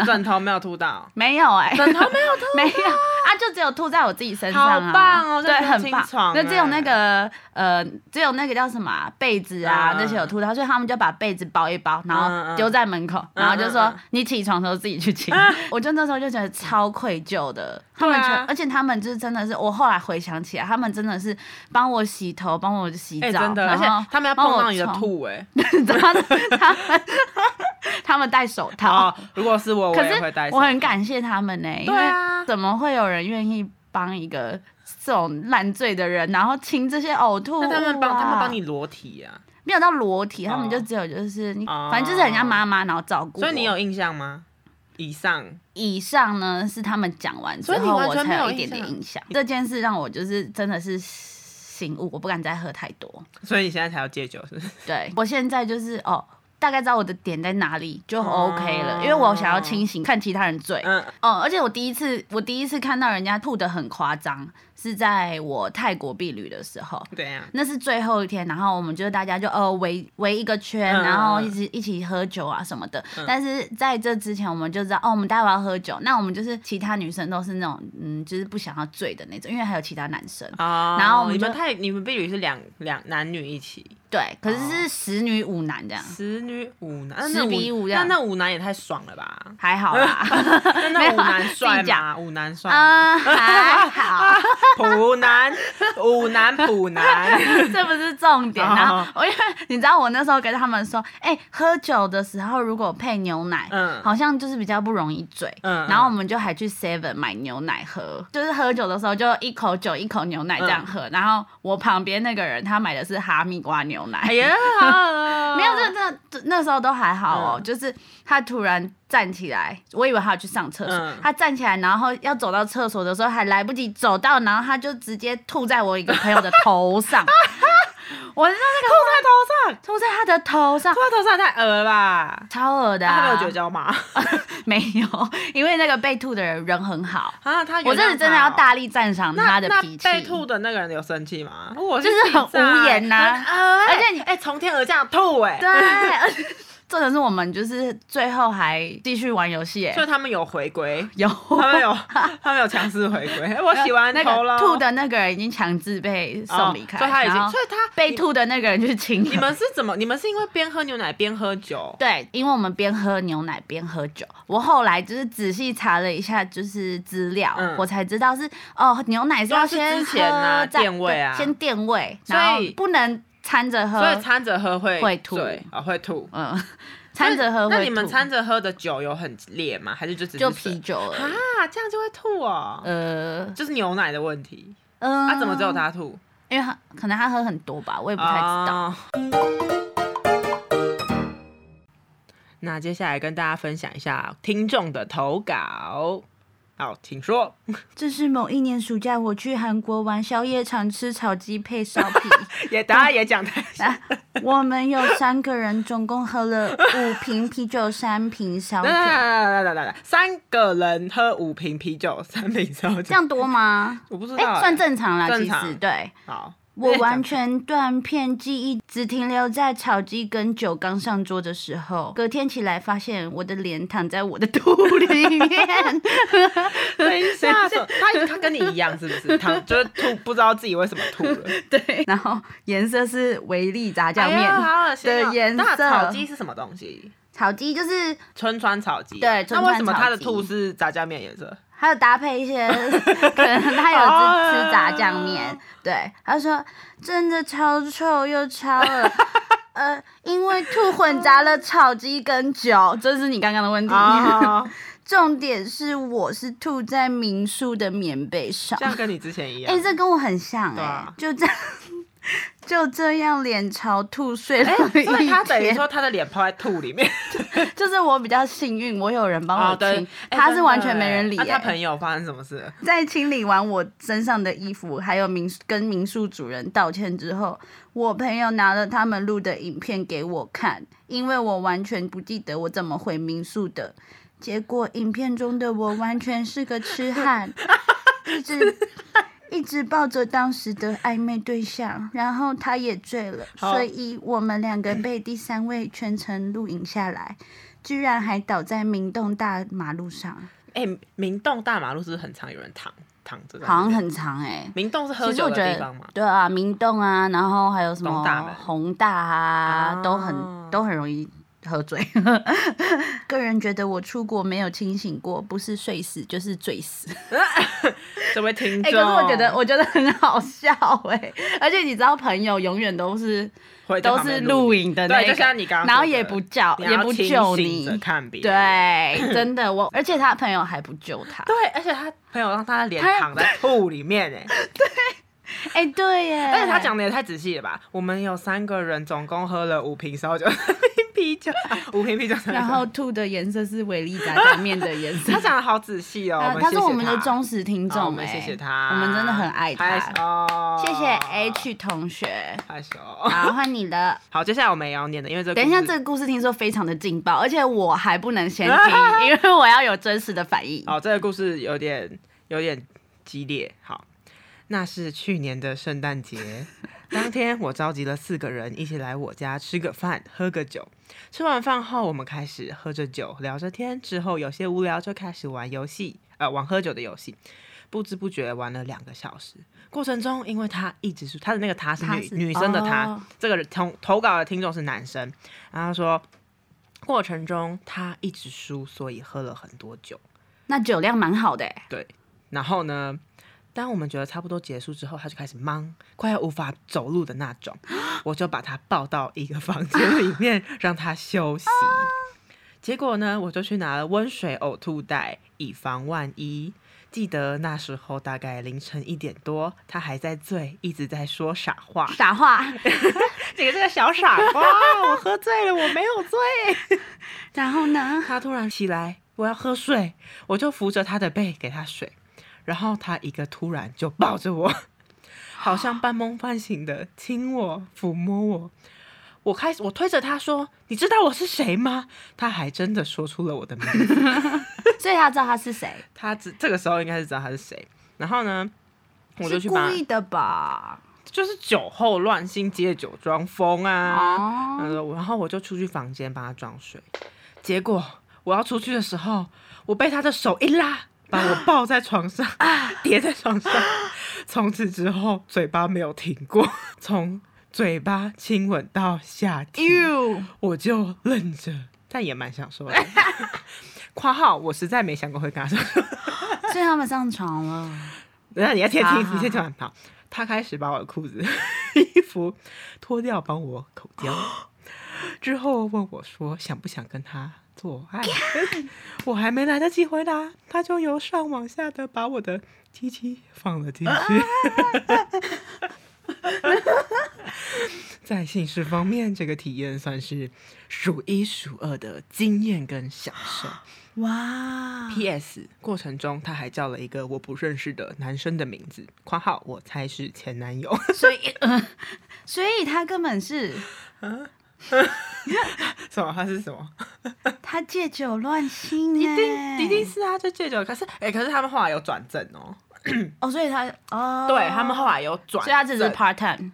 [SPEAKER 2] 枕头没有吐到，
[SPEAKER 1] 没有哎、
[SPEAKER 2] 枕头没有吐，
[SPEAKER 1] 没有啊，就只有吐在我自己身上、啊，
[SPEAKER 2] 好棒哦
[SPEAKER 1] 对，
[SPEAKER 2] 这是
[SPEAKER 1] 很
[SPEAKER 2] 清
[SPEAKER 1] 棒。
[SPEAKER 2] 爽
[SPEAKER 1] 那只有那
[SPEAKER 2] 哎
[SPEAKER 1] 个呃，只有那个叫什么啊、被子啊、
[SPEAKER 2] 嗯
[SPEAKER 1] 那些有吐到，所以他们就把被子包一包，然
[SPEAKER 2] 嗯
[SPEAKER 1] 后
[SPEAKER 2] 嗯
[SPEAKER 1] 丢在门口，然后就说、
[SPEAKER 2] 嗯嗯啊
[SPEAKER 1] 你起床的时候自己去清。我就那时候就觉得超愧疚的，他
[SPEAKER 2] 对
[SPEAKER 1] 们
[SPEAKER 2] 啊
[SPEAKER 1] 全、而且他们就是真的是，我后来回想起来，他们真的是帮我洗头，帮我洗澡，
[SPEAKER 2] *laughs* 哎，真的，而
[SPEAKER 1] 然
[SPEAKER 2] 且
[SPEAKER 1] 后 *laughs*
[SPEAKER 2] 他们要
[SPEAKER 1] 帮
[SPEAKER 2] 碰
[SPEAKER 1] 我
[SPEAKER 2] 到你的
[SPEAKER 1] 冲，
[SPEAKER 2] 吐，哎，
[SPEAKER 1] 他们他们他们戴手套。
[SPEAKER 2] 哦，如果是我，我
[SPEAKER 1] 可
[SPEAKER 2] 也
[SPEAKER 1] 是
[SPEAKER 2] 会带手
[SPEAKER 1] 我
[SPEAKER 2] 套。
[SPEAKER 1] 很感谢他们呢、因
[SPEAKER 2] 对
[SPEAKER 1] 为
[SPEAKER 2] 啊
[SPEAKER 1] 怎么会有人愿意帮一个这种烂醉的人，然后清这些呕吐物、啊？
[SPEAKER 2] 那他们帮他们帮，你裸体啊，
[SPEAKER 1] 没有到裸体，他们
[SPEAKER 2] 哦
[SPEAKER 1] 就只有就是你，
[SPEAKER 2] 哦
[SPEAKER 1] 反正就是人家妈妈，然后照顾我。
[SPEAKER 2] 所以你有印象吗？以上
[SPEAKER 1] 以上呢，是他们讲完之
[SPEAKER 2] 所以你
[SPEAKER 1] 后，
[SPEAKER 2] 完
[SPEAKER 1] 我
[SPEAKER 2] 全
[SPEAKER 1] 才
[SPEAKER 2] 没有
[SPEAKER 1] 有一点
[SPEAKER 2] 印
[SPEAKER 1] 点
[SPEAKER 2] 象
[SPEAKER 1] 印象。这件事让我就是真的是。醒悟，我不敢再喝太多。
[SPEAKER 2] 所以你现在才要戒酒，是不是？
[SPEAKER 1] 对我现在就是哦，大概知道我的点在哪里就 OK
[SPEAKER 2] 哦
[SPEAKER 1] 了，因为我想要清醒看其他人醉。
[SPEAKER 2] 嗯，
[SPEAKER 1] 哦，而且我第一次，我第一次看到人家吐的很夸张，是在我泰国避旅的时候。
[SPEAKER 2] 对啊呀、
[SPEAKER 1] 那是最后一天，然后我们就大家就呃围围一个圈，
[SPEAKER 2] 嗯
[SPEAKER 1] 然后一直一起喝酒啊什么的。
[SPEAKER 2] 嗯
[SPEAKER 1] 但是在这之前，我们就知道哦，我们待会要喝酒。那我们就是其他女生都是那种嗯，就是不想要醉的那种，因为还有其他男生。
[SPEAKER 2] 哦，
[SPEAKER 1] 然后我们
[SPEAKER 2] 你们
[SPEAKER 1] 就
[SPEAKER 2] 太你们婢女是两两男女一起，
[SPEAKER 1] 对，可是
[SPEAKER 2] 哦
[SPEAKER 1] 是十女五男这样，
[SPEAKER 2] 十女五男，啊
[SPEAKER 1] 10
[SPEAKER 2] 那
[SPEAKER 1] 比五这
[SPEAKER 2] 那
[SPEAKER 1] 样
[SPEAKER 2] 那五男也太爽
[SPEAKER 1] *laughs*
[SPEAKER 2] 了吧？
[SPEAKER 1] 还好
[SPEAKER 2] *laughs*
[SPEAKER 1] 啦。没
[SPEAKER 2] 那那
[SPEAKER 1] 有
[SPEAKER 2] 五
[SPEAKER 1] 啊
[SPEAKER 2] 男
[SPEAKER 1] 自己
[SPEAKER 2] 帅吗？
[SPEAKER 1] 讲
[SPEAKER 2] 五男帅吗，
[SPEAKER 1] 嗯，还好，
[SPEAKER 2] 普男，五男普男，
[SPEAKER 1] *laughs* 这不是重点。
[SPEAKER 2] 好
[SPEAKER 1] 然
[SPEAKER 2] 好
[SPEAKER 1] 后我因为你知道，我那时候跟他们说，哎、喝酒的时候如果配牛奶，
[SPEAKER 2] 嗯
[SPEAKER 1] 好像就是比较不容易醉。
[SPEAKER 2] 嗯
[SPEAKER 1] 然后我们就还去 Seven 买牛奶喝，就是喝酒的时候就一口酒一口牛奶这样
[SPEAKER 2] 嗯
[SPEAKER 1] 喝。然后我旁边那个人他买的是哈密瓜牛奶，
[SPEAKER 2] 哎呀，
[SPEAKER 1] 没有，这这这那时候都还好哦，
[SPEAKER 2] 嗯
[SPEAKER 1] 就是他突然站起来，我以为他要去上厕所，
[SPEAKER 2] 嗯
[SPEAKER 1] 他站起来，然后要走到厕所的时候还来不及走到，然后他就直接吐在我一个朋友的头
[SPEAKER 2] *laughs*
[SPEAKER 1] 上，我那个
[SPEAKER 2] 在头上，
[SPEAKER 1] 吐在他的头上
[SPEAKER 2] 吐。在头上太恶了吧？
[SPEAKER 1] 超恶的、
[SPEAKER 2] 他
[SPEAKER 1] 啊，
[SPEAKER 2] 没有绝交吗？
[SPEAKER 1] *laughs* 没有，因为那个被吐的人人很好，
[SPEAKER 2] 啊，他
[SPEAKER 1] 我
[SPEAKER 2] 原谅
[SPEAKER 1] 这是真的
[SPEAKER 2] 他
[SPEAKER 1] 要
[SPEAKER 2] 哦
[SPEAKER 1] 大力赞赏
[SPEAKER 2] 那
[SPEAKER 1] 他的脾气。
[SPEAKER 2] 那
[SPEAKER 1] *laughs*
[SPEAKER 2] 被吐的那个人有生气吗？我
[SPEAKER 1] 就是很
[SPEAKER 2] 气炸
[SPEAKER 1] 无言呐
[SPEAKER 2] 欸很恶欸
[SPEAKER 1] 而且你
[SPEAKER 2] 哎，从天而降吐哎，
[SPEAKER 1] 对，而且重点是我们就是最后还继续玩游戏、
[SPEAKER 2] 所
[SPEAKER 1] 欸，
[SPEAKER 2] 以他们有回归，
[SPEAKER 1] 有
[SPEAKER 2] 他们有 *laughs* 他们有强势回归。哎我 *laughs* 洗完
[SPEAKER 1] 那
[SPEAKER 2] 头
[SPEAKER 1] 个
[SPEAKER 2] 了，
[SPEAKER 1] 吐的那个人已经强制被送离开，
[SPEAKER 2] 哦所以他已
[SPEAKER 1] 然
[SPEAKER 2] 经，
[SPEAKER 1] 后
[SPEAKER 2] 所以他
[SPEAKER 1] 被
[SPEAKER 2] 你
[SPEAKER 1] 吐的那个人去清
[SPEAKER 2] 你
[SPEAKER 1] 了。
[SPEAKER 2] 们是怎么？你们是因为边喝牛奶边喝酒？
[SPEAKER 1] *laughs* 对，因为我们边喝牛奶边喝酒，我后来就是仔细查了一下，就是资料，
[SPEAKER 2] 嗯
[SPEAKER 1] 我才知道是哦，牛奶是要
[SPEAKER 2] 主要
[SPEAKER 1] 先
[SPEAKER 2] 是之前啊
[SPEAKER 1] 喝再
[SPEAKER 2] 垫位啊
[SPEAKER 1] 对先垫位，
[SPEAKER 2] 所以
[SPEAKER 1] 然后不能掺着喝，
[SPEAKER 2] 所以掺着喝会
[SPEAKER 1] 会吐
[SPEAKER 2] 醉啊，会吐。
[SPEAKER 1] 嗯， *laughs* 掺着喝会
[SPEAKER 2] 那
[SPEAKER 1] 吐
[SPEAKER 2] 你们掺着喝的酒有很烈吗？还是就只是
[SPEAKER 1] 就
[SPEAKER 2] 水
[SPEAKER 1] 啤酒而已，
[SPEAKER 2] 啊？这样就会吐哦。
[SPEAKER 1] 呃
[SPEAKER 2] 就是牛奶的问题，
[SPEAKER 1] 嗯，
[SPEAKER 2] 啊，怎么只有？他吐？
[SPEAKER 1] 因为他可能他喝很多吧，我也不太知道。
[SPEAKER 2] 哦那接下来跟大家分享一下听众的投稿。好，请说。
[SPEAKER 1] 这是某一年暑假我去韩国玩，宵夜常吃炒鸡配烧皮。
[SPEAKER 2] *laughs* 也大家也
[SPEAKER 1] *laughs*
[SPEAKER 2] 讲太细
[SPEAKER 1] 啊我们有三个人，总共喝了五瓶啤酒，三瓶烧酒
[SPEAKER 2] 来，来来来来来来，三个人喝五瓶啤酒，三瓶烧酒，
[SPEAKER 1] 这样多吗？
[SPEAKER 2] 我不知
[SPEAKER 1] 哎、
[SPEAKER 2] 道、欸，
[SPEAKER 1] 算正常啦，
[SPEAKER 2] 正
[SPEAKER 1] 其
[SPEAKER 2] 常
[SPEAKER 1] 实对
[SPEAKER 2] 好。
[SPEAKER 1] 我完全断片记忆，只停留在炒鸡跟酒刚上桌的时候。隔天起来发现我的脸躺在我的肚里
[SPEAKER 2] *laughs*
[SPEAKER 1] 面，
[SPEAKER 2] 等一下，什么他他跟你一样是不 *laughs* 是？他就是吐，不知道自己为什么吐 *laughs* 了。
[SPEAKER 1] 对， *laughs* 然后颜色是维力炸酱
[SPEAKER 2] 哎
[SPEAKER 1] 面。
[SPEAKER 2] 呀好恶心哦
[SPEAKER 1] 的颜色
[SPEAKER 2] 那炒鸡是什么东西？
[SPEAKER 1] 炒鸡就是
[SPEAKER 2] 春川炒鸡。
[SPEAKER 1] 对
[SPEAKER 2] 那
[SPEAKER 1] 春川
[SPEAKER 2] 为什么他的
[SPEAKER 1] 炒鸡
[SPEAKER 2] 吐是炸酱面颜色？
[SPEAKER 1] 还有搭配一
[SPEAKER 2] *laughs*
[SPEAKER 1] 些，可能他
[SPEAKER 2] 哦
[SPEAKER 1] 有吃吃炸酱面，对，他说真的超臭又超恶，呃，因为吐混杂了炒鸡跟酒，这是你刚刚的问题。
[SPEAKER 2] *laughs* 啊，
[SPEAKER 1] *laughs* 重点是我是吐在民宿的棉被上
[SPEAKER 2] 这，样跟你之前一样。
[SPEAKER 1] 哎、
[SPEAKER 2] *laughs*
[SPEAKER 1] 这跟我很像
[SPEAKER 2] 对
[SPEAKER 1] 哎、
[SPEAKER 2] 啊
[SPEAKER 1] 就这样就这样脸朝吐睡了
[SPEAKER 2] 哎、
[SPEAKER 1] 一
[SPEAKER 2] 所以他等于
[SPEAKER 1] 天。
[SPEAKER 2] 说他的脸泡在吐里 *laughs* 面。
[SPEAKER 1] 就是我比较幸运，我有人帮我清，
[SPEAKER 2] *laughs* 哎
[SPEAKER 1] 他
[SPEAKER 2] 真
[SPEAKER 1] 是
[SPEAKER 2] 的
[SPEAKER 1] 完全没
[SPEAKER 2] 哎
[SPEAKER 1] 人理、
[SPEAKER 2] 那
[SPEAKER 1] 哎。
[SPEAKER 2] 他朋友发生什么事？
[SPEAKER 1] *laughs* 在清理完我身上的衣服，还有民宿跟民宿主人道歉之后，我朋友拿了他们录的影片给我看，因为我完全不记得我怎么回民宿的。结果影片中的我完全是个痴汉，一直一直抱着当时的暧昧对象，然后他也醉了，
[SPEAKER 2] 好
[SPEAKER 1] 所以我们两个被第三位全程录影下来，居然还倒在明洞大马路上，
[SPEAKER 2] 哎、明洞大马路是不是很常有人躺躺着在那边？
[SPEAKER 1] 好像很长哎、
[SPEAKER 2] 明洞是喝
[SPEAKER 1] 其实
[SPEAKER 2] 酒
[SPEAKER 1] 我
[SPEAKER 2] 的
[SPEAKER 1] 觉
[SPEAKER 2] 地
[SPEAKER 1] 得
[SPEAKER 2] 方嘛。
[SPEAKER 1] 对啊，明洞啊，然后还有什
[SPEAKER 2] 东
[SPEAKER 1] 么
[SPEAKER 2] 大门
[SPEAKER 1] 宏大啊，
[SPEAKER 2] 啊
[SPEAKER 1] 都很都很容易喝醉。 *laughs* 个人觉得我出国没有清醒过，不是睡死就是醉
[SPEAKER 2] *laughs*
[SPEAKER 1] 死。
[SPEAKER 2] 这位听
[SPEAKER 1] 哎、可
[SPEAKER 2] 众，
[SPEAKER 1] 是我觉
[SPEAKER 2] 哦
[SPEAKER 1] 得我觉得很好笑哎、而且你知道，朋友永远都是
[SPEAKER 2] 会在
[SPEAKER 1] 都
[SPEAKER 2] 旁边
[SPEAKER 1] 是录影的那
[SPEAKER 2] 对，
[SPEAKER 1] 个，
[SPEAKER 2] 就像你刚刚说的，
[SPEAKER 1] 然后也不叫
[SPEAKER 2] 你
[SPEAKER 1] 也
[SPEAKER 2] 要
[SPEAKER 1] 不
[SPEAKER 2] 清
[SPEAKER 1] 救
[SPEAKER 2] 醒
[SPEAKER 1] 你
[SPEAKER 2] 着，看别人。
[SPEAKER 1] 对，真的我，而且他朋友还不救他。
[SPEAKER 2] *laughs* 对，而且他朋友让他的脸
[SPEAKER 1] 他
[SPEAKER 2] 躺在吐里面哎，
[SPEAKER 1] 哎、对耶，
[SPEAKER 2] 而且他讲的也太仔细了吧？我们有三个人，总共喝了五瓶烧酒、三瓶啤
[SPEAKER 1] *laughs*
[SPEAKER 2] 啤酒，啊五瓶啤酒。
[SPEAKER 1] 然后吐的颜色是维力
[SPEAKER 2] *laughs*
[SPEAKER 1] 炸酱面的颜色
[SPEAKER 2] 他。讲的好仔细哦，
[SPEAKER 1] 他
[SPEAKER 2] 们
[SPEAKER 1] 呃他是
[SPEAKER 2] 谢谢哦
[SPEAKER 1] 我们的忠实听
[SPEAKER 2] 好我
[SPEAKER 1] 众、
[SPEAKER 2] 们
[SPEAKER 1] 哎，
[SPEAKER 2] 谢谢他，
[SPEAKER 1] 我们真的很爱他。
[SPEAKER 2] 害羞哦，
[SPEAKER 1] 谢谢 H 同
[SPEAKER 2] *laughs*
[SPEAKER 1] 学，
[SPEAKER 2] 害羞。
[SPEAKER 1] 好换你的。
[SPEAKER 2] 好，接下来我们也要念的，因为这个
[SPEAKER 1] 等一下，
[SPEAKER 2] 故事
[SPEAKER 1] 这个故事听说非常的劲爆，而且我还不能先
[SPEAKER 2] *laughs*
[SPEAKER 1] 听，因为我要有真实的反应。
[SPEAKER 2] 哦，这个故事有点有点激烈。好，那是去年的圣诞节，当天我召集了四个人一起来我家吃个饭，喝个酒。吃完饭后，我们开始喝着酒聊着天，之后有些无聊就开始玩游戏，呃，玩喝酒的游戏。不知不觉玩了两个小时，过程中因为他一直是他的那个他是
[SPEAKER 1] 他
[SPEAKER 2] 女
[SPEAKER 1] 是
[SPEAKER 2] 女生的他，
[SPEAKER 1] 哦
[SPEAKER 2] 这个投投稿的听众是男生，然后他说过程中他一直输，所以喝了很多酒。
[SPEAKER 1] 那酒量蛮好的、哎
[SPEAKER 2] 对，然后呢，当我们觉得差不多结束之后，他就开始忙，快要无法走路的那种，我就把他抱到一个房间里面，让他休息。结果呢，我就去拿了温水呕吐袋，以防万一。记得那时候大概凌晨一点多，他还在醉，一直在说傻话。 *laughs*
[SPEAKER 1] 傻话。
[SPEAKER 2] 你这个小傻瓜，我喝醉了，我没有醉。
[SPEAKER 1] 然后呢？
[SPEAKER 2] 他突然起来，我要喝水，我就扶着他的背给他水，然后他一个突然就抱着
[SPEAKER 1] *sighs*
[SPEAKER 2] 我，好像半梦半醒的亲我、抚摸我。我开始我推着他说：“你知道我是谁吗？”他还真的说出了我的名字。
[SPEAKER 1] 所以他知道他是谁，
[SPEAKER 2] 他只这个时候应该是知道他是谁。然后呢， *laughs* 我就是去
[SPEAKER 1] 故
[SPEAKER 2] 把
[SPEAKER 1] 意的吧？
[SPEAKER 2] 就是酒后乱性接酒装疯啊。
[SPEAKER 1] 哦，
[SPEAKER 2] 嗯，然后我就出去房间帮他装水，结果我要出去的时候，我被他的手一拉，把我抱在床上， *laughs* 叠在床上。从此之后，嘴巴没有停过，从嘴巴亲吻到下体，
[SPEAKER 1] 哟，
[SPEAKER 2] 我就愣着，但也蛮享受的。 *laughs* （括号我实在没想过会跟他说
[SPEAKER 1] 所以他们上床了。
[SPEAKER 2] 那你要先
[SPEAKER 1] 好
[SPEAKER 2] 听，
[SPEAKER 1] 好
[SPEAKER 2] 你先听完。好，他开始把我的裤子、 *laughs* 衣服脱掉，帮我口交，之后问我说想不想跟他做爱。我还没来得及回答，他就由上往下的把我的鸡鸡放了进去。在性事方面，这个体验算是数一数二的经验跟享受。
[SPEAKER 1] 哇，
[SPEAKER 2] P.S. 过程中，他还叫了一个我不认识的男生的名字（括号我猜是前男友。
[SPEAKER 1] 所以、 *laughs* 呃所以他根本是）
[SPEAKER 2] 什么？他是什么？
[SPEAKER 1] 他借酒乱性
[SPEAKER 2] *laughs* 一
[SPEAKER 1] 哎、
[SPEAKER 2] 定一定是啊！就戒酒。可是，哎、可是他们后来有转正哦。
[SPEAKER 1] 哦，所以他哦，
[SPEAKER 2] 对他们后来有转正，
[SPEAKER 1] 所以他只是 part time，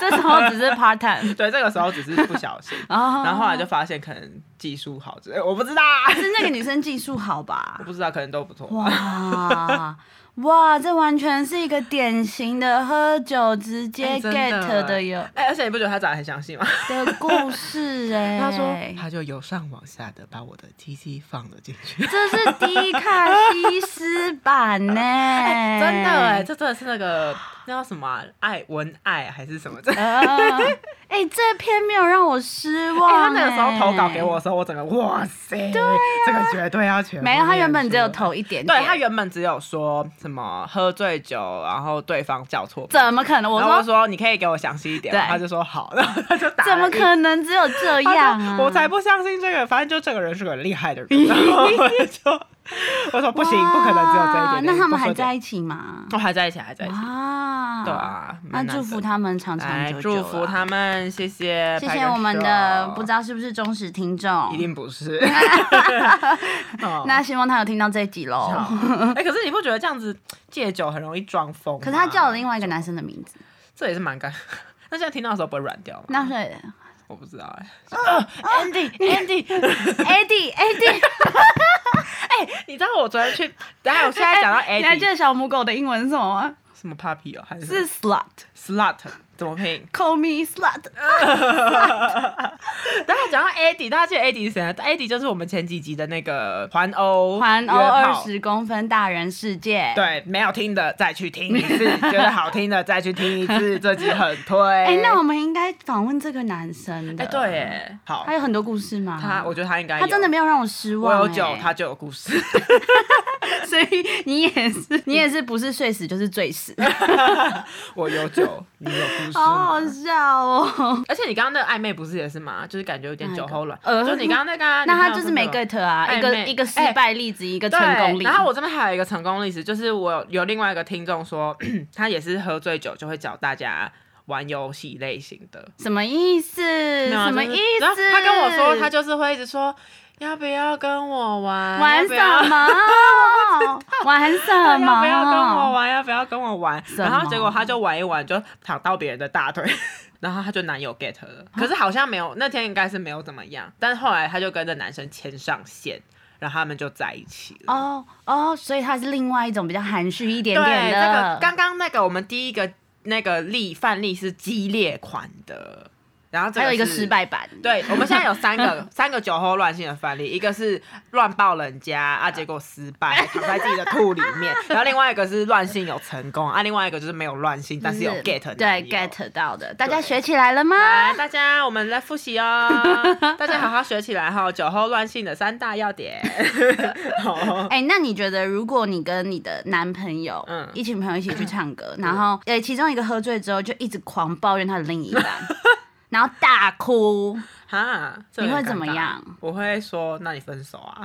[SPEAKER 1] 这 *laughs* 时候只是 part time，
[SPEAKER 2] 对这个时候只是不小心，
[SPEAKER 1] *laughs* 哦
[SPEAKER 2] *laughs* 然后后来就发现可能技术好之类，哎我不知道， *laughs*
[SPEAKER 1] 是那个女生技术好吧
[SPEAKER 2] 我？不知道，可能都不错。
[SPEAKER 1] 哇哇，这完全是一个典型的喝酒直接
[SPEAKER 2] 哎真的
[SPEAKER 1] get 的有
[SPEAKER 2] 哎、而且你不觉得他长得很详细吗？
[SPEAKER 1] 的故事哎、
[SPEAKER 2] *laughs* 他说，他就由上往下的把我的 T T 放了进去。
[SPEAKER 1] 这是迪卡西斯版呢、
[SPEAKER 2] 真的 *laughs* 哎、这真的是那个那叫什么啊、爱文爱还是什么？这
[SPEAKER 1] 呃哎、这篇没有让我失望、
[SPEAKER 2] 欸
[SPEAKER 1] 欸。
[SPEAKER 2] 他那个时候投稿给我的时候，我整个哇塞，这个绝对要全部
[SPEAKER 1] 啊没有，他
[SPEAKER 2] 念
[SPEAKER 1] 原本只有
[SPEAKER 2] 出来。
[SPEAKER 1] 投一点点。
[SPEAKER 2] 对他原本只有说什么喝醉酒，然后对方叫错，
[SPEAKER 1] 怎么可能？我
[SPEAKER 2] 然后
[SPEAKER 1] 说
[SPEAKER 2] 我说你可以给我详细一点吗，
[SPEAKER 1] 对
[SPEAKER 2] 他就说好，然后他就打了
[SPEAKER 1] 怎么可能只有这
[SPEAKER 2] 一？
[SPEAKER 1] 样
[SPEAKER 2] *laughs* 他
[SPEAKER 1] 啊？
[SPEAKER 2] 说我才不相信这个，反正就这个人是个很厉害的人。然后我就 *laughs* 我说不行，不可能只有这一
[SPEAKER 1] 哇
[SPEAKER 2] 点
[SPEAKER 1] 啊
[SPEAKER 2] 点。
[SPEAKER 1] 那他们
[SPEAKER 2] 多说
[SPEAKER 1] 还
[SPEAKER 2] 点
[SPEAKER 1] 在，一起吗？
[SPEAKER 2] 哦，还在一起，还在一起。
[SPEAKER 1] 哇，
[SPEAKER 2] 对啊蛮
[SPEAKER 1] 那
[SPEAKER 2] 难
[SPEAKER 1] 祝福
[SPEAKER 2] 得
[SPEAKER 1] 他们长长
[SPEAKER 2] 来
[SPEAKER 1] 久久。
[SPEAKER 2] 哎祝福。他们，谢谢，
[SPEAKER 1] 谢
[SPEAKER 2] 拍
[SPEAKER 1] 谢
[SPEAKER 2] 个
[SPEAKER 1] 我们的
[SPEAKER 2] 手
[SPEAKER 1] 不知，道是不是忠实听
[SPEAKER 2] 一
[SPEAKER 1] 众，
[SPEAKER 2] 定
[SPEAKER 1] *laughs*
[SPEAKER 2] 不是。哦
[SPEAKER 1] 那希望他有听到这一集喽。 *laughs*
[SPEAKER 2] 哎、可是你不觉得这样子戒酒很容易装疯吗？
[SPEAKER 1] 可是他叫了另外一个男生的名字，
[SPEAKER 2] 这也是蛮尴尬。那现在听到的时候不会软掉吗？ *laughs*
[SPEAKER 1] 那是
[SPEAKER 2] 我不知道
[SPEAKER 1] *laughs*
[SPEAKER 2] 哎、啊 Andy Andy，
[SPEAKER 1] Eddie Eddie，
[SPEAKER 2] 你知道我昨天去，等一下我 *laughs* 现在讲到
[SPEAKER 1] 哎你还记
[SPEAKER 2] Andy
[SPEAKER 1] 得小母狗的英文是什么吗？
[SPEAKER 2] 什么 puppy 哦，还是
[SPEAKER 1] 是 slut，call
[SPEAKER 2] slut 怎么拼？
[SPEAKER 1] me slut。
[SPEAKER 2] 呃等一下讲到 Andy，大家记得 Andy 是谁啊？Andy 就是我们前几集的那个环欧
[SPEAKER 1] 环欧
[SPEAKER 2] 约炮
[SPEAKER 1] 二。十公分大人世界。
[SPEAKER 2] 对，没有听的再去听一次，觉得好听的再去听一次，这集很推。
[SPEAKER 1] *laughs* 哎、
[SPEAKER 2] 哎
[SPEAKER 1] 那我们应该访问这个男生的。
[SPEAKER 2] 哎对，哎，好
[SPEAKER 1] 他，有很多故事吗？
[SPEAKER 2] 他我觉得他应该
[SPEAKER 1] 他真的
[SPEAKER 2] 有
[SPEAKER 1] 没有让我失
[SPEAKER 2] 我
[SPEAKER 1] 望、
[SPEAKER 2] 有酒
[SPEAKER 1] 哎，
[SPEAKER 2] 他就有故事。
[SPEAKER 1] *laughs* 所以 *laughs*
[SPEAKER 2] *laughs*
[SPEAKER 1] 你也是，你也是不是睡死就是醉死。 *laughs*
[SPEAKER 2] 我有酒，你有故
[SPEAKER 3] 不是
[SPEAKER 1] 好
[SPEAKER 3] 吗
[SPEAKER 1] 好？笑哦。
[SPEAKER 2] 而且你刚刚那个暧昧不是也是吗？就是感觉有点酒后乱，
[SPEAKER 1] 哪一个呃
[SPEAKER 2] 就是你刚刚那个
[SPEAKER 1] *laughs* 那
[SPEAKER 2] 啊、你刚
[SPEAKER 1] 他
[SPEAKER 2] 刚
[SPEAKER 1] 就是
[SPEAKER 2] 那
[SPEAKER 1] 没
[SPEAKER 2] 个
[SPEAKER 1] get 啊，一
[SPEAKER 2] 暧
[SPEAKER 1] 个
[SPEAKER 2] 昧
[SPEAKER 1] 一个失败例子，一个成
[SPEAKER 2] 哎对，
[SPEAKER 1] 功例。
[SPEAKER 2] 然后我这边还有一个成功例子，就是我有有另外一个听众
[SPEAKER 1] *clears throat*
[SPEAKER 2] 说，他也是喝醉酒就会找大家玩游戏类型的，
[SPEAKER 1] 什么意思？
[SPEAKER 2] 没有啊
[SPEAKER 1] 什么
[SPEAKER 2] 就
[SPEAKER 1] 意
[SPEAKER 2] 是然后
[SPEAKER 1] 思？
[SPEAKER 2] 他跟我说，他就是会一直说要不要跟我玩，要
[SPEAKER 1] 玩
[SPEAKER 2] 哎不要
[SPEAKER 1] 什？
[SPEAKER 2] *laughs*
[SPEAKER 1] 么？玩什
[SPEAKER 2] 要不要跟我
[SPEAKER 1] 么？
[SPEAKER 2] 玩？要不要跟我玩？
[SPEAKER 1] 啊什么
[SPEAKER 2] 然后结果他就玩一玩，就躺到别人的大腿， *laughs* 然后他就男友 get 了。可是好像没有，那天应该是没有怎么样。但是后来他就跟着男生牵上线，然后他们就在一起了。
[SPEAKER 1] 哦哦，所以他是另外一种比较含蓄一点
[SPEAKER 2] 对，
[SPEAKER 1] 点
[SPEAKER 2] 这个
[SPEAKER 1] 的。
[SPEAKER 2] 刚刚那个我们第一个那个例范例是激烈款的，然后这
[SPEAKER 1] 还有一个
[SPEAKER 2] 是
[SPEAKER 1] 失。败版。
[SPEAKER 2] 对，我们现在有三个三个酒后乱性的范例，一个是乱抱人家啊，结果失败，还躺在自己
[SPEAKER 1] *laughs*
[SPEAKER 2] 的肚里面；然后另外一个是乱性有成功啊，另外一个就是没有乱性，但是有 get
[SPEAKER 1] 嗯对
[SPEAKER 2] 男友
[SPEAKER 1] get 到的，大家
[SPEAKER 2] 对
[SPEAKER 1] 学起来了吗？
[SPEAKER 2] 来，大家我们来复习哦，大家好好学起来哈、酒后乱性的三大
[SPEAKER 1] *laughs*
[SPEAKER 2] 要点。好，
[SPEAKER 1] 哎、那你觉得如果你跟你的男朋友，
[SPEAKER 2] 嗯
[SPEAKER 1] 一群朋友一起去唱歌，然后呃、其中一个喝醉之后就一直狂抱怨他的另一半， *laughs* 然后大哭，
[SPEAKER 2] 哈，这
[SPEAKER 1] 你
[SPEAKER 2] 有
[SPEAKER 1] 会
[SPEAKER 2] 点
[SPEAKER 1] 怎么
[SPEAKER 2] 尴尬
[SPEAKER 1] 样？
[SPEAKER 2] 我会说，那你分手啊。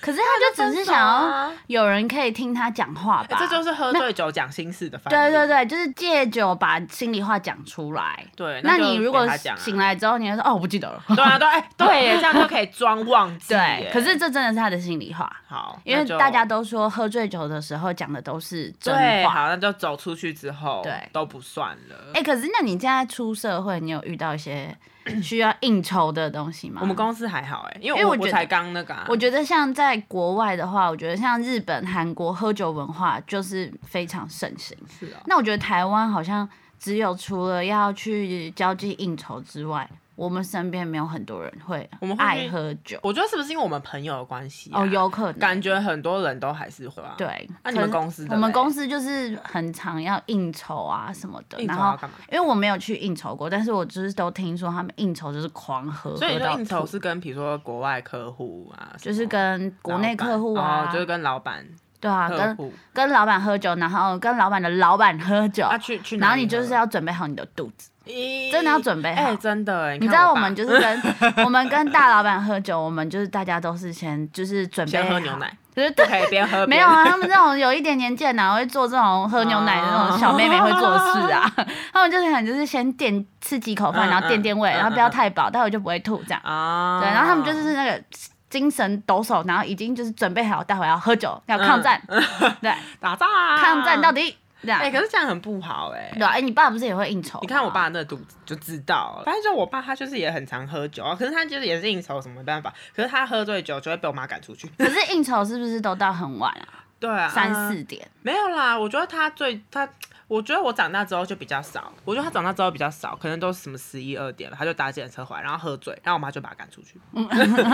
[SPEAKER 1] 可是他就只是想要有人可以听他讲话吧？
[SPEAKER 2] 哎这就是喝醉酒讲心事的反
[SPEAKER 1] 啊对
[SPEAKER 2] 应。
[SPEAKER 1] 对对，就是借酒把心里话讲出来。
[SPEAKER 2] 对
[SPEAKER 1] 那
[SPEAKER 2] 就
[SPEAKER 1] 你如果
[SPEAKER 2] 给他讲啊
[SPEAKER 1] 醒来之后，你还说哦，我不记
[SPEAKER 2] *laughs*
[SPEAKER 1] 得了。
[SPEAKER 2] 对啊对哎对耶，这样就可以装忘
[SPEAKER 1] *laughs*
[SPEAKER 2] 记
[SPEAKER 1] 对
[SPEAKER 2] 耶。，
[SPEAKER 1] 可是这真的是他的心里话，
[SPEAKER 2] 好，
[SPEAKER 1] 因为
[SPEAKER 2] 那就
[SPEAKER 1] 大家都说喝醉酒的时候讲的都是真
[SPEAKER 2] 对
[SPEAKER 1] 话。
[SPEAKER 2] 好，那就走出去之后
[SPEAKER 1] 对
[SPEAKER 2] 都不算了
[SPEAKER 1] 哎、。可是那你现在出社会，你有遇到一
[SPEAKER 2] *clears throat*
[SPEAKER 1] 些需要应酬的东西吗？
[SPEAKER 2] 我们公司还好哎，因
[SPEAKER 1] 因为
[SPEAKER 2] 我
[SPEAKER 1] 我觉
[SPEAKER 2] 我
[SPEAKER 1] 得
[SPEAKER 2] 才刚那个啊，
[SPEAKER 1] 我觉得像在国外的话，我觉得像日本、韩国喝酒文化就是非常盛行。
[SPEAKER 2] 是啊，
[SPEAKER 1] 那我觉得台湾好像只有除了要去交际应酬之外，我们身边没有很多人会
[SPEAKER 2] 我们会
[SPEAKER 1] 爱
[SPEAKER 2] 去
[SPEAKER 1] 喝酒。
[SPEAKER 2] 我觉得是不是因为我们朋友的关系啊
[SPEAKER 1] 哦，有可能
[SPEAKER 2] 感觉很多人都还是会啊。，
[SPEAKER 1] 对。
[SPEAKER 2] 那你们
[SPEAKER 1] 可是
[SPEAKER 2] 公司的
[SPEAKER 1] 我们
[SPEAKER 2] 嘞
[SPEAKER 1] 公司就是很常要应酬啊什么的，
[SPEAKER 2] 应酬
[SPEAKER 1] 然
[SPEAKER 2] 要
[SPEAKER 1] 后
[SPEAKER 2] 干嘛？
[SPEAKER 1] 因为我没有去应酬过，但是我就是都听说他们应酬就是狂喝，
[SPEAKER 2] 所
[SPEAKER 1] 喝
[SPEAKER 2] 以你
[SPEAKER 1] 到
[SPEAKER 2] 说应酬
[SPEAKER 1] 吐
[SPEAKER 2] 是跟比如说国外客户啊，什
[SPEAKER 1] 就
[SPEAKER 2] 么
[SPEAKER 1] 是跟国内
[SPEAKER 2] 老板
[SPEAKER 1] 客户啊，
[SPEAKER 2] 哦就是跟老板
[SPEAKER 1] 对啊，
[SPEAKER 2] 客
[SPEAKER 1] 跟
[SPEAKER 2] 户，
[SPEAKER 1] 跟老板喝酒，然后跟老板的老板喝酒，
[SPEAKER 2] 那啊去去哪
[SPEAKER 1] 然后
[SPEAKER 2] 里
[SPEAKER 1] 你就
[SPEAKER 2] 喝
[SPEAKER 1] 是要准备好你的肚子，
[SPEAKER 2] 咦
[SPEAKER 1] 真的要准备好
[SPEAKER 2] 哎、真的哎，
[SPEAKER 1] 你
[SPEAKER 2] 看
[SPEAKER 1] 知道我
[SPEAKER 2] 爸
[SPEAKER 1] 们就是跟
[SPEAKER 2] *laughs*
[SPEAKER 1] 我们跟大老板喝酒，我们就是大家都是先就是准备
[SPEAKER 2] 先喝
[SPEAKER 1] 好
[SPEAKER 2] 牛，
[SPEAKER 1] *laughs*
[SPEAKER 2] 奶，
[SPEAKER 1] 就是
[SPEAKER 2] 不
[SPEAKER 1] 对，
[SPEAKER 2] 可以边喝边
[SPEAKER 1] 没有啊，他们这种有一点年纪的哪会做这种喝牛奶的那种小妹妹会做的事啊？ *laughs* 他们就是想就是先垫吃几口饭，
[SPEAKER 2] 嗯
[SPEAKER 1] 然后垫垫胃，
[SPEAKER 2] 嗯嗯
[SPEAKER 1] 然后不要太饱，待会就不会吐这样。
[SPEAKER 2] 啊，
[SPEAKER 1] 对，然后他们就是那个精神抖擞，然后已经就是准备好待会要喝酒，要抗战， *laughs* 对，
[SPEAKER 2] 打仗嗯啊，
[SPEAKER 1] 抗战到底这样
[SPEAKER 2] 哎、。可是这样很不好哎、
[SPEAKER 1] 对啊，哎，你爸不是也会应酬？
[SPEAKER 2] 你看我，爸那肚子就知道了，反正就我爸他就是也很常喝酒啊，可是他就是也是应酬什么没办法，可是他喝醉酒就会被我妈赶出去。
[SPEAKER 1] 可是应酬是不是都到很晚啊？
[SPEAKER 2] 对啊，
[SPEAKER 1] 三四点。
[SPEAKER 2] 没有啦，我觉得他最他，我觉得我长大之后就比较少，我觉得他长大之后比较少，可能都是什么十一二点了，他就搭计程车回来，然后喝醉，然后我妈就把他赶出去， *laughs* 然后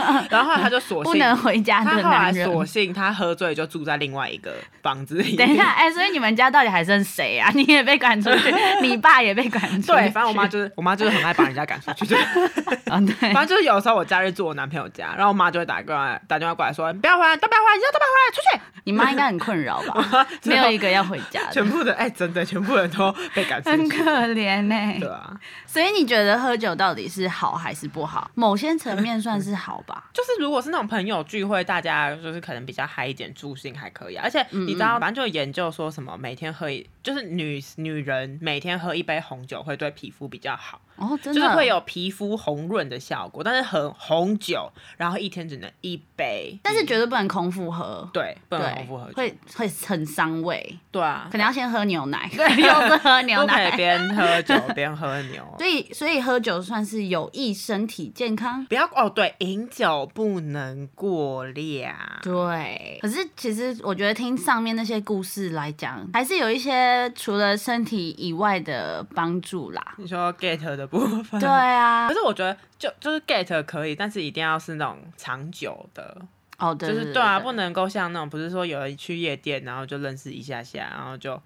[SPEAKER 2] 后来他就 *laughs* 索性
[SPEAKER 1] 不能回家
[SPEAKER 2] 他
[SPEAKER 1] 的
[SPEAKER 2] 后来
[SPEAKER 1] 男人。
[SPEAKER 2] 索性他喝醉就住在另外一个房子
[SPEAKER 1] *laughs*
[SPEAKER 2] 里。
[SPEAKER 1] 等一下，，哎、所以你们家到底还剩谁啊？ *laughs* 你也被赶出
[SPEAKER 2] *laughs*
[SPEAKER 1] 去，你爸也被赶出去。
[SPEAKER 2] 对，反正我妈就是我妈就是很爱把人家赶出去，就是
[SPEAKER 1] 啊，对
[SPEAKER 2] 反，正就是有时候我假日住我男朋友家，然后我妈就会打过来打电话过来说，你不要回来，都不要回来，你都不要回来，出去。
[SPEAKER 1] 你妈应该很困扰吧？ *laughs* 没有一个要回家的，
[SPEAKER 2] *laughs* 全部的哎、真的全部人都被赶出
[SPEAKER 1] 很
[SPEAKER 2] 去。
[SPEAKER 1] 可怜呢、
[SPEAKER 2] 对啊，
[SPEAKER 1] 所以你觉得喝酒到底是好还是不好？某些层面算是好吧。
[SPEAKER 2] 就是如果是那种朋友聚会，大家就是可能比较嗨一点，助兴还可以、啊。而且
[SPEAKER 1] 嗯
[SPEAKER 2] 你知道，反正就有研究说什么每天喝一，就是女女人每天喝一杯红酒会对皮肤比较好，
[SPEAKER 1] 哦，真
[SPEAKER 2] 就
[SPEAKER 1] 的
[SPEAKER 2] 是会。有皮肤红润的效果。但是很红酒，然后一天只能一杯，
[SPEAKER 1] 但是绝对不能空腹喝，
[SPEAKER 2] 对不能
[SPEAKER 1] 对
[SPEAKER 2] 空腹喝，酒，
[SPEAKER 1] 会会很伤胃，
[SPEAKER 2] 对啊
[SPEAKER 1] 可，能要先喝牛奶， *laughs* 又是喝牛
[SPEAKER 2] 不可以
[SPEAKER 1] 奶。
[SPEAKER 2] 边喝
[SPEAKER 1] *laughs*
[SPEAKER 2] 酒边喝牛。
[SPEAKER 1] 所以所以喝酒算是有益身体健康。
[SPEAKER 2] 不要哦，对，饮酒不能过量。
[SPEAKER 1] 对，可是其实我觉得听上面那些故事来讲，还是有一些除了身体以外的帮助啦。
[SPEAKER 2] 你说 get 的部分，
[SPEAKER 1] 对啊
[SPEAKER 2] 可，是我觉得嗯就就是 get 可以，但是一定要是那种长久的，
[SPEAKER 1] 哦对，
[SPEAKER 2] 就是对啊，不。能够像那种不是说有人去夜店，然后就认识一下下，然后就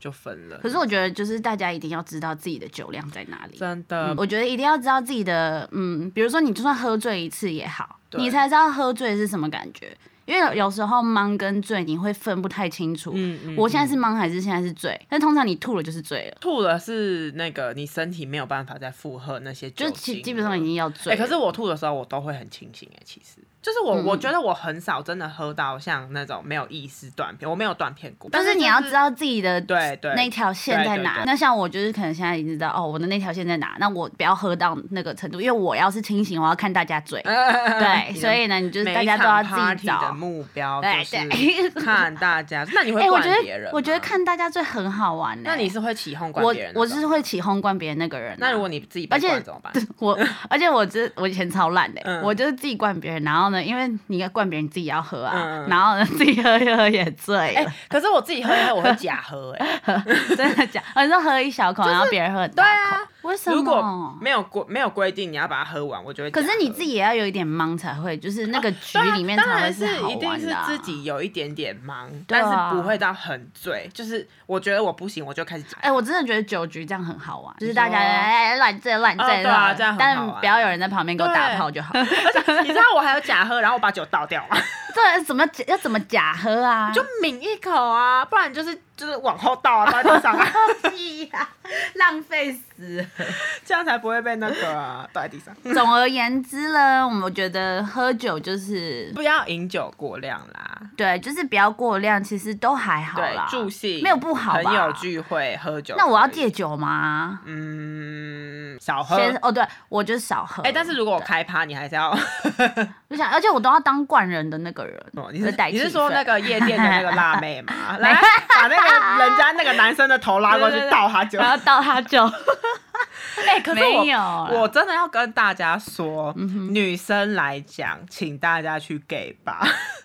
[SPEAKER 2] 就分了。
[SPEAKER 1] 可是我觉得就是大家一定要知道自己的酒量在哪里。
[SPEAKER 2] 真的
[SPEAKER 1] 嗯，我觉得一定要知道自己的，嗯，比如说你就算喝醉一次也好，
[SPEAKER 2] 对
[SPEAKER 1] 你才知道喝醉是什么感觉。因为有时候懵跟醉你会分不太清楚。
[SPEAKER 2] 嗯嗯
[SPEAKER 1] 我现在
[SPEAKER 2] 嗯
[SPEAKER 1] 是懵还是现在是醉？但通常你吐了就是醉了，
[SPEAKER 2] 吐了是那个你身体没有办法再负荷那些酒
[SPEAKER 1] 就
[SPEAKER 2] 精了，
[SPEAKER 1] 基基本上已经要
[SPEAKER 2] 哎、
[SPEAKER 1] 醉了。
[SPEAKER 2] 可是我吐的时候我都会很清醒哎、其实就是我、
[SPEAKER 1] 嗯
[SPEAKER 2] 我觉得我很少真的喝到像那种没有意识断片，我没有断片过。
[SPEAKER 1] 但是你
[SPEAKER 2] 就
[SPEAKER 1] 要知道自己的
[SPEAKER 2] 对对 *laughs*
[SPEAKER 1] 那条线在
[SPEAKER 2] 对对
[SPEAKER 1] 哪
[SPEAKER 2] 对。
[SPEAKER 1] 那像我就是可能现在已经知道哦，我的那条线在哪，那我不要喝到那个程度，因为我要是清醒，我要看大家醉。对，所以呢，你就是
[SPEAKER 2] 嗯每
[SPEAKER 1] 大
[SPEAKER 2] 一
[SPEAKER 1] 家都
[SPEAKER 2] 场
[SPEAKER 1] 要自
[SPEAKER 2] party
[SPEAKER 1] 己找
[SPEAKER 2] 的。目标
[SPEAKER 1] 对
[SPEAKER 2] 就是
[SPEAKER 1] 对
[SPEAKER 2] 看大家。那你会
[SPEAKER 1] 哎、我
[SPEAKER 2] 灌
[SPEAKER 1] 觉得
[SPEAKER 2] 别人、
[SPEAKER 1] 我觉得，看大家醉很好玩、欸。
[SPEAKER 2] 那你是会起哄灌
[SPEAKER 1] 我
[SPEAKER 2] 别人的
[SPEAKER 1] 我
[SPEAKER 2] 吗
[SPEAKER 1] 是。会起哄灌别人那个人啊、
[SPEAKER 2] 那如果你自己
[SPEAKER 1] 而
[SPEAKER 2] 被
[SPEAKER 1] 且
[SPEAKER 2] 灌怎么办？
[SPEAKER 1] *laughs* 我，而且我这我以前超烂的、
[SPEAKER 2] 嗯
[SPEAKER 1] 我就是自己灌别人，然后呢，因为你要灌别人，你自己要喝啊，
[SPEAKER 2] 嗯嗯
[SPEAKER 1] 然后呢自己喝一喝也醉
[SPEAKER 2] 哎、
[SPEAKER 1] 了，
[SPEAKER 2] 可是我自己喝一喝，我会假喝哎、
[SPEAKER 1] *laughs* 真的假？我就喝一小口，然后别人喝很
[SPEAKER 2] 对
[SPEAKER 1] 大口，
[SPEAKER 2] 啊，
[SPEAKER 1] 为什么？
[SPEAKER 2] 如果没有规没有规定你要把它喝完，我就会假
[SPEAKER 1] 可
[SPEAKER 2] 喝。
[SPEAKER 1] 是你自己也要有一点忙才会，就是那个局
[SPEAKER 2] 对啊
[SPEAKER 1] 里面
[SPEAKER 2] 当
[SPEAKER 1] 才
[SPEAKER 2] 然
[SPEAKER 1] 会
[SPEAKER 2] 是
[SPEAKER 1] 好
[SPEAKER 2] 一定
[SPEAKER 1] 玩
[SPEAKER 2] 是
[SPEAKER 1] 的啊、
[SPEAKER 2] 自己有一点点忙，
[SPEAKER 1] 对
[SPEAKER 2] 但
[SPEAKER 1] 啊
[SPEAKER 2] 是不会到很醉。就是我觉得我不行，我就开始讲。
[SPEAKER 1] 哎、我真的觉得酒局这样很好玩，就是
[SPEAKER 2] 你
[SPEAKER 1] 大家
[SPEAKER 2] 说
[SPEAKER 1] 哎乱醉乱
[SPEAKER 2] 哦
[SPEAKER 1] 醉乱
[SPEAKER 2] 对啊
[SPEAKER 1] 玩
[SPEAKER 2] 这样很好
[SPEAKER 1] 但
[SPEAKER 2] 玩
[SPEAKER 1] 不要有人在旁边给我打
[SPEAKER 2] 对
[SPEAKER 1] 炮
[SPEAKER 2] *laughs*
[SPEAKER 1] 就好。
[SPEAKER 2] *laughs* 你知道我还有假喝，然后我把酒倒掉吗？
[SPEAKER 1] *laughs* 这怎么要怎么假喝啊？
[SPEAKER 2] *laughs* 就抿一口啊，不然就是就是往后倒啊，倒在地上啊， *laughs*
[SPEAKER 1] 屁呀、浪费死了。
[SPEAKER 2] 这样才不会被那个、啊、倒在地上。
[SPEAKER 1] 总而言之呢，我觉得喝酒就是
[SPEAKER 2] 不要饮酒过量啦，
[SPEAKER 1] 对，就是不要过量，其实都还好
[SPEAKER 2] 对
[SPEAKER 1] 啦，。
[SPEAKER 2] 助兴
[SPEAKER 1] 没有不好吧
[SPEAKER 2] 朋友聚会喝酒，
[SPEAKER 1] 那我要，戒酒吗？
[SPEAKER 2] 嗯，少喝。
[SPEAKER 1] 先哦，对我就少喝。
[SPEAKER 2] 哎、但是如果我开趴，你还是要，，
[SPEAKER 1] 我想，而且我都要当惯人的那个人 *laughs*
[SPEAKER 2] 你是
[SPEAKER 1] 就带
[SPEAKER 2] 你
[SPEAKER 1] 气
[SPEAKER 2] 是
[SPEAKER 1] 氛
[SPEAKER 2] 说那个夜店的那个辣
[SPEAKER 1] *laughs*
[SPEAKER 2] 妹吗？来，把那个人家那个男生的头拉过去
[SPEAKER 1] 对对对
[SPEAKER 2] 倒他酒。
[SPEAKER 1] 然后倒他酒？
[SPEAKER 2] *laughs* 哎、可是
[SPEAKER 1] 没
[SPEAKER 2] 我
[SPEAKER 1] 有啦，嗯
[SPEAKER 2] 我真的要跟大家说，女生来讲，请大家去 gay
[SPEAKER 1] *laughs*
[SPEAKER 2] 吧，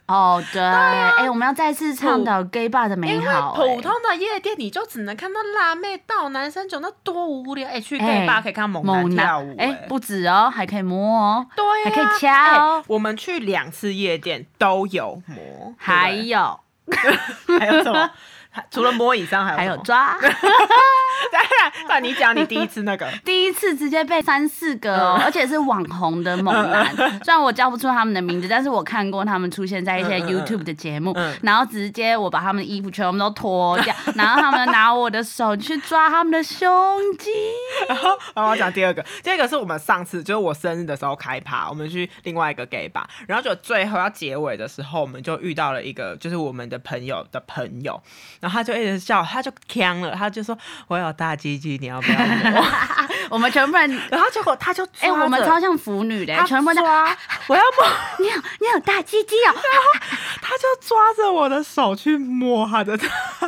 [SPEAKER 1] 哦对，哎、我们要再次倡导 gay bar 的美
[SPEAKER 2] 啊因为
[SPEAKER 1] 好、
[SPEAKER 2] 普
[SPEAKER 1] 哎
[SPEAKER 2] 通的夜店你就只能看到辣妹倒男生酒，那多无聊。哎、去
[SPEAKER 1] 哎
[SPEAKER 2] gay bar 可以看到猛
[SPEAKER 1] 猛
[SPEAKER 2] 男
[SPEAKER 1] 男
[SPEAKER 2] 跳舞、
[SPEAKER 1] 哎、
[SPEAKER 2] 哎
[SPEAKER 1] 不止哦，还可以摸哦，
[SPEAKER 2] 对啊、
[SPEAKER 1] 还可以掐哦
[SPEAKER 2] 哎我们去两次夜店都有摸，
[SPEAKER 1] 还
[SPEAKER 2] 对
[SPEAKER 1] 有
[SPEAKER 2] 不对还有什么？ *laughs* 还除了摸以上还有
[SPEAKER 1] 还
[SPEAKER 2] 什
[SPEAKER 1] 有
[SPEAKER 2] 么？
[SPEAKER 1] 抓。
[SPEAKER 2] *laughs* 当然，那你讲你第一次那个，
[SPEAKER 1] 第一次直接被三四个
[SPEAKER 2] 嗯
[SPEAKER 1] 哦，而且是网红的猛
[SPEAKER 2] *laughs*
[SPEAKER 1] 男。虽然我叫不出他们的名字，但是我看过他们出现在一些
[SPEAKER 2] 嗯嗯嗯
[SPEAKER 1] YouTube 的节目
[SPEAKER 2] 嗯，
[SPEAKER 1] 然后直接我把他们的衣服全部都脱
[SPEAKER 2] *laughs*
[SPEAKER 1] 掉，然后他们拿我的手去抓他们的胸肌。
[SPEAKER 2] 然后，然后我讲第二个，第二个是我们上次就是我生日的时候开趴，我们去另外一个 gay 吧，然后就最后要结尾的时候，我们就遇到了一个就是我们的朋友的朋友，然后他就一直笑，他就呛了，他就说我有大鸡鸡，你要不要摸？ *laughs*
[SPEAKER 1] 我们全部人，
[SPEAKER 2] 然后结果他就
[SPEAKER 1] 哎、
[SPEAKER 2] 抓着
[SPEAKER 1] 我们超像腐女的，
[SPEAKER 2] 他
[SPEAKER 1] 全部人都
[SPEAKER 2] 抓，我要摸，
[SPEAKER 1] *laughs* 你有你有大鸡鸡哦，
[SPEAKER 2] *laughs* 他就抓着我的手去摸他的。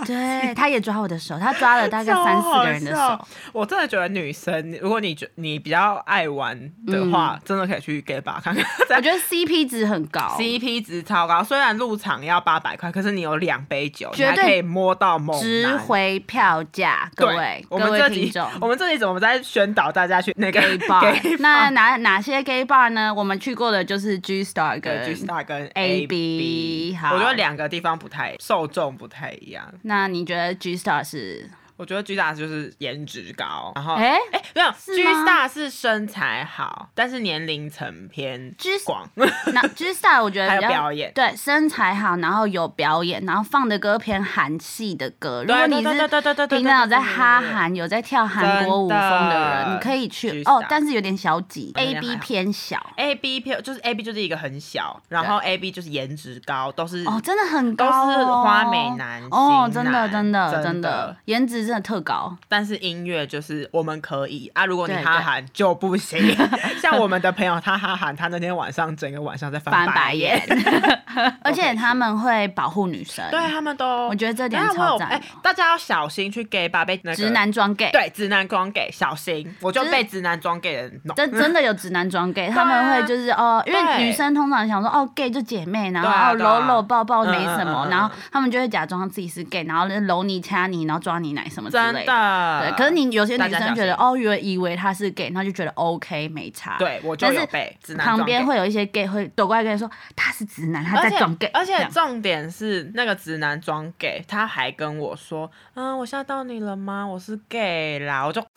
[SPEAKER 1] 对，他也抓我的手，他抓了大概
[SPEAKER 2] 超
[SPEAKER 1] 三四
[SPEAKER 2] 好
[SPEAKER 1] 个人的
[SPEAKER 2] 笑
[SPEAKER 1] 手。。
[SPEAKER 2] 我真的觉得女生，如果你觉你比较爱玩的话，
[SPEAKER 1] 嗯
[SPEAKER 2] 真的可以去 gay 吧看看。
[SPEAKER 1] 我觉得 CP 值很高，
[SPEAKER 2] CP 值超高，虽然入场要八百块，可是你有两杯酒，
[SPEAKER 1] 绝对
[SPEAKER 2] 你还可以摸到猛
[SPEAKER 1] 值
[SPEAKER 2] 男。
[SPEAKER 1] 回票价，各
[SPEAKER 2] 对
[SPEAKER 1] 位
[SPEAKER 2] 我
[SPEAKER 1] 各
[SPEAKER 2] 们
[SPEAKER 1] 位
[SPEAKER 2] 这
[SPEAKER 1] 听
[SPEAKER 2] 集
[SPEAKER 1] 众。
[SPEAKER 2] 我们这集怎么在宣导大家去那个
[SPEAKER 1] gay
[SPEAKER 2] *laughs*
[SPEAKER 1] bar。那 *laughs*
[SPEAKER 2] 那
[SPEAKER 1] 哪哪些 gay bar 呢？我们去过的就是 G Star
[SPEAKER 2] 个
[SPEAKER 1] 跟
[SPEAKER 2] G Star 跟
[SPEAKER 1] AB 好
[SPEAKER 2] 我觉得两个地方不太受众不太一样。
[SPEAKER 1] 那你觉得 G Star 是？
[SPEAKER 2] 我觉得 G Star 就是颜值高，然后
[SPEAKER 1] 哎、
[SPEAKER 2] 哎没有
[SPEAKER 1] 是
[SPEAKER 2] G
[SPEAKER 1] 吗
[SPEAKER 2] Star 是身材好，但是年龄层偏
[SPEAKER 1] G
[SPEAKER 2] 广，
[SPEAKER 1] 那 G Star 我觉得
[SPEAKER 2] 还
[SPEAKER 1] 比较
[SPEAKER 2] 有表演。
[SPEAKER 1] 对身材好，然后有表演，然后放的歌偏韩系的歌。如果你
[SPEAKER 2] 对对
[SPEAKER 1] 是
[SPEAKER 2] 对对对对对
[SPEAKER 1] 平常有在
[SPEAKER 2] 对对对
[SPEAKER 1] 哈
[SPEAKER 2] 对对
[SPEAKER 1] 韩、有在跳韩国舞风的人，你可以去
[SPEAKER 2] G
[SPEAKER 1] 哦
[SPEAKER 2] Star，
[SPEAKER 1] 但是有点小挤
[SPEAKER 2] 有
[SPEAKER 1] ，A
[SPEAKER 2] 点还
[SPEAKER 1] B
[SPEAKER 2] 好嗯
[SPEAKER 1] 偏小
[SPEAKER 2] A B 票就是 A B 就是一个很小，然后 A B 就是颜值高，都是
[SPEAKER 1] 哦，真的很高、哦，
[SPEAKER 2] 都是花美男
[SPEAKER 1] 哦，
[SPEAKER 2] 型
[SPEAKER 1] 真的
[SPEAKER 2] 男
[SPEAKER 1] 真的
[SPEAKER 2] 真
[SPEAKER 1] 真的
[SPEAKER 2] 的，
[SPEAKER 1] 颜值真的特高。
[SPEAKER 2] 但是音乐就是我们可以啊，如果你
[SPEAKER 1] 对
[SPEAKER 2] 哈韩就不行。 *laughs*
[SPEAKER 1] *laughs*
[SPEAKER 2] 像我们的朋友他哈韩，他那天晚上整个晚上在
[SPEAKER 1] 翻白
[SPEAKER 2] 白
[SPEAKER 1] 眼，
[SPEAKER 2] *laughs*
[SPEAKER 1] 而且他们会保护女生，
[SPEAKER 2] 对他们都，
[SPEAKER 1] 我觉得这点
[SPEAKER 2] 等一下
[SPEAKER 1] 超
[SPEAKER 2] 我有
[SPEAKER 1] 赞
[SPEAKER 2] 哎
[SPEAKER 1] 的，
[SPEAKER 2] 大家要小心去 gay 吧，被那个
[SPEAKER 1] 直男装 gay，，
[SPEAKER 2] 对直男装 gay 小心，我就
[SPEAKER 1] 就是
[SPEAKER 2] 被直男装 gay 的人弄。
[SPEAKER 1] 真真的有直男装 gay，
[SPEAKER 2] 嗯啊
[SPEAKER 1] 他们会就是哦，因为
[SPEAKER 2] 对
[SPEAKER 1] 女生通常想说哦 gay 就姐妹，然后
[SPEAKER 2] 对啊
[SPEAKER 1] 哦
[SPEAKER 2] 对啊
[SPEAKER 1] 搂搂抱抱没什
[SPEAKER 2] 嗯
[SPEAKER 1] 么
[SPEAKER 2] 嗯嗯，嗯
[SPEAKER 1] 然后他们就会假装自己是 gay，然后搂你掐你，然后抓你奶什么之
[SPEAKER 2] 真
[SPEAKER 1] 类的。
[SPEAKER 2] 的
[SPEAKER 1] 对，，可是你有些
[SPEAKER 2] 大
[SPEAKER 1] 女
[SPEAKER 2] 家小
[SPEAKER 1] 生
[SPEAKER 2] 心
[SPEAKER 1] 觉得哦，以为以为他是 gay，那就觉得哦 OK 没差。，
[SPEAKER 2] 对我就
[SPEAKER 1] 但
[SPEAKER 2] 有
[SPEAKER 1] 是
[SPEAKER 2] 被直男
[SPEAKER 1] 旁
[SPEAKER 2] 装 gay
[SPEAKER 1] 边会有一些 gay 会走过来跟你说他是直男，他
[SPEAKER 2] 而
[SPEAKER 1] 在
[SPEAKER 2] 且
[SPEAKER 1] 装 gay，
[SPEAKER 2] 而
[SPEAKER 1] 这
[SPEAKER 2] 且
[SPEAKER 1] 样
[SPEAKER 2] 重点是那个直男装 gay，他还跟我说，嗯，我吓到你了吗？我是 gay 啦，我就 *laughs*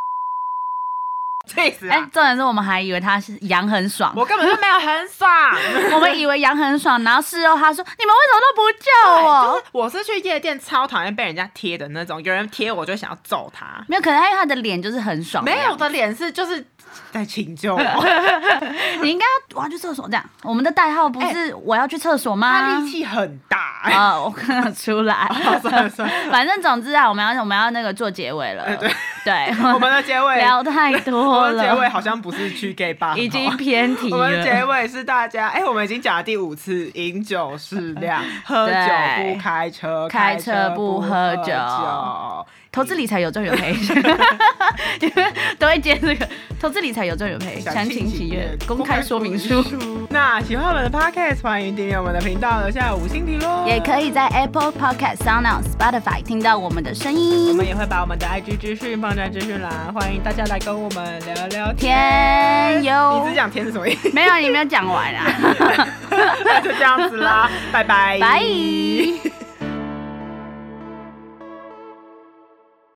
[SPEAKER 2] 气死
[SPEAKER 1] 哎、
[SPEAKER 2] 啊！
[SPEAKER 1] 重点是我们还以为他是羊很爽，
[SPEAKER 2] *laughs* 我根本就没有很爽， *laughs*
[SPEAKER 1] *laughs* 我们以为羊很爽，然后事后他说你们为什么都不
[SPEAKER 2] 对
[SPEAKER 1] 救
[SPEAKER 2] 就
[SPEAKER 1] 我
[SPEAKER 2] 是？我是去夜店超讨厌被人家贴的那种，有人贴我就想要揍他。
[SPEAKER 1] 没有，可能因为他的脸就是很爽。
[SPEAKER 2] 没有，我的脸是就是在请救我， *laughs*
[SPEAKER 1] 你应该要我要去厕所这样。我们的代号不是我要去厕所
[SPEAKER 2] 他
[SPEAKER 1] 吗 *laughs*
[SPEAKER 2] 力？气很大。
[SPEAKER 1] 啊、我看得出
[SPEAKER 2] *laughs*
[SPEAKER 1] 来。
[SPEAKER 2] 算了算
[SPEAKER 1] *laughs*
[SPEAKER 2] 了，哎
[SPEAKER 1] 反正总之啊，我们要我们要那个做结尾了。
[SPEAKER 2] 对
[SPEAKER 1] 对，
[SPEAKER 2] *laughs* *laughs* 我们的结尾，
[SPEAKER 1] 聊太
[SPEAKER 2] 我
[SPEAKER 1] 多
[SPEAKER 2] 们的结尾
[SPEAKER 1] 了，
[SPEAKER 2] 好像不是去 gay 吧，
[SPEAKER 1] 已
[SPEAKER 2] *laughs*
[SPEAKER 1] 经偏题
[SPEAKER 2] 我们的结
[SPEAKER 1] 了。
[SPEAKER 2] 尾是大家，哎、我们已经讲了第五次，饮酒适 *laughs* 量，喝酒
[SPEAKER 1] 对
[SPEAKER 2] 不开车，
[SPEAKER 1] 开车
[SPEAKER 2] 车
[SPEAKER 1] 不喝
[SPEAKER 2] 喝
[SPEAKER 1] 酒投资理财有赚有
[SPEAKER 2] *laughs*
[SPEAKER 1] 赔， *laughs* 都会接这个。投资理财有赚有赔，详情请阅公开说明书。。
[SPEAKER 2] *laughs* 那喜欢我们的 podcast，欢迎订阅我们的频道，留下五星评论，
[SPEAKER 1] 也可以在 Apple Podcast、Sound On、Spotify 听到我们的声
[SPEAKER 2] 我
[SPEAKER 1] 音。
[SPEAKER 2] 们也会把我们的 IG 资讯放在资讯栏，欢迎大家来跟我们聊聊天。哦
[SPEAKER 1] 天
[SPEAKER 2] 你
[SPEAKER 1] 有
[SPEAKER 2] 只讲天是什么 *laughs* 意思？
[SPEAKER 1] 没
[SPEAKER 2] *laughs*
[SPEAKER 1] 有？你没有讲完啊？
[SPEAKER 2] 那就这样子啦，拜
[SPEAKER 1] *laughs*
[SPEAKER 2] 拜，
[SPEAKER 1] 拜。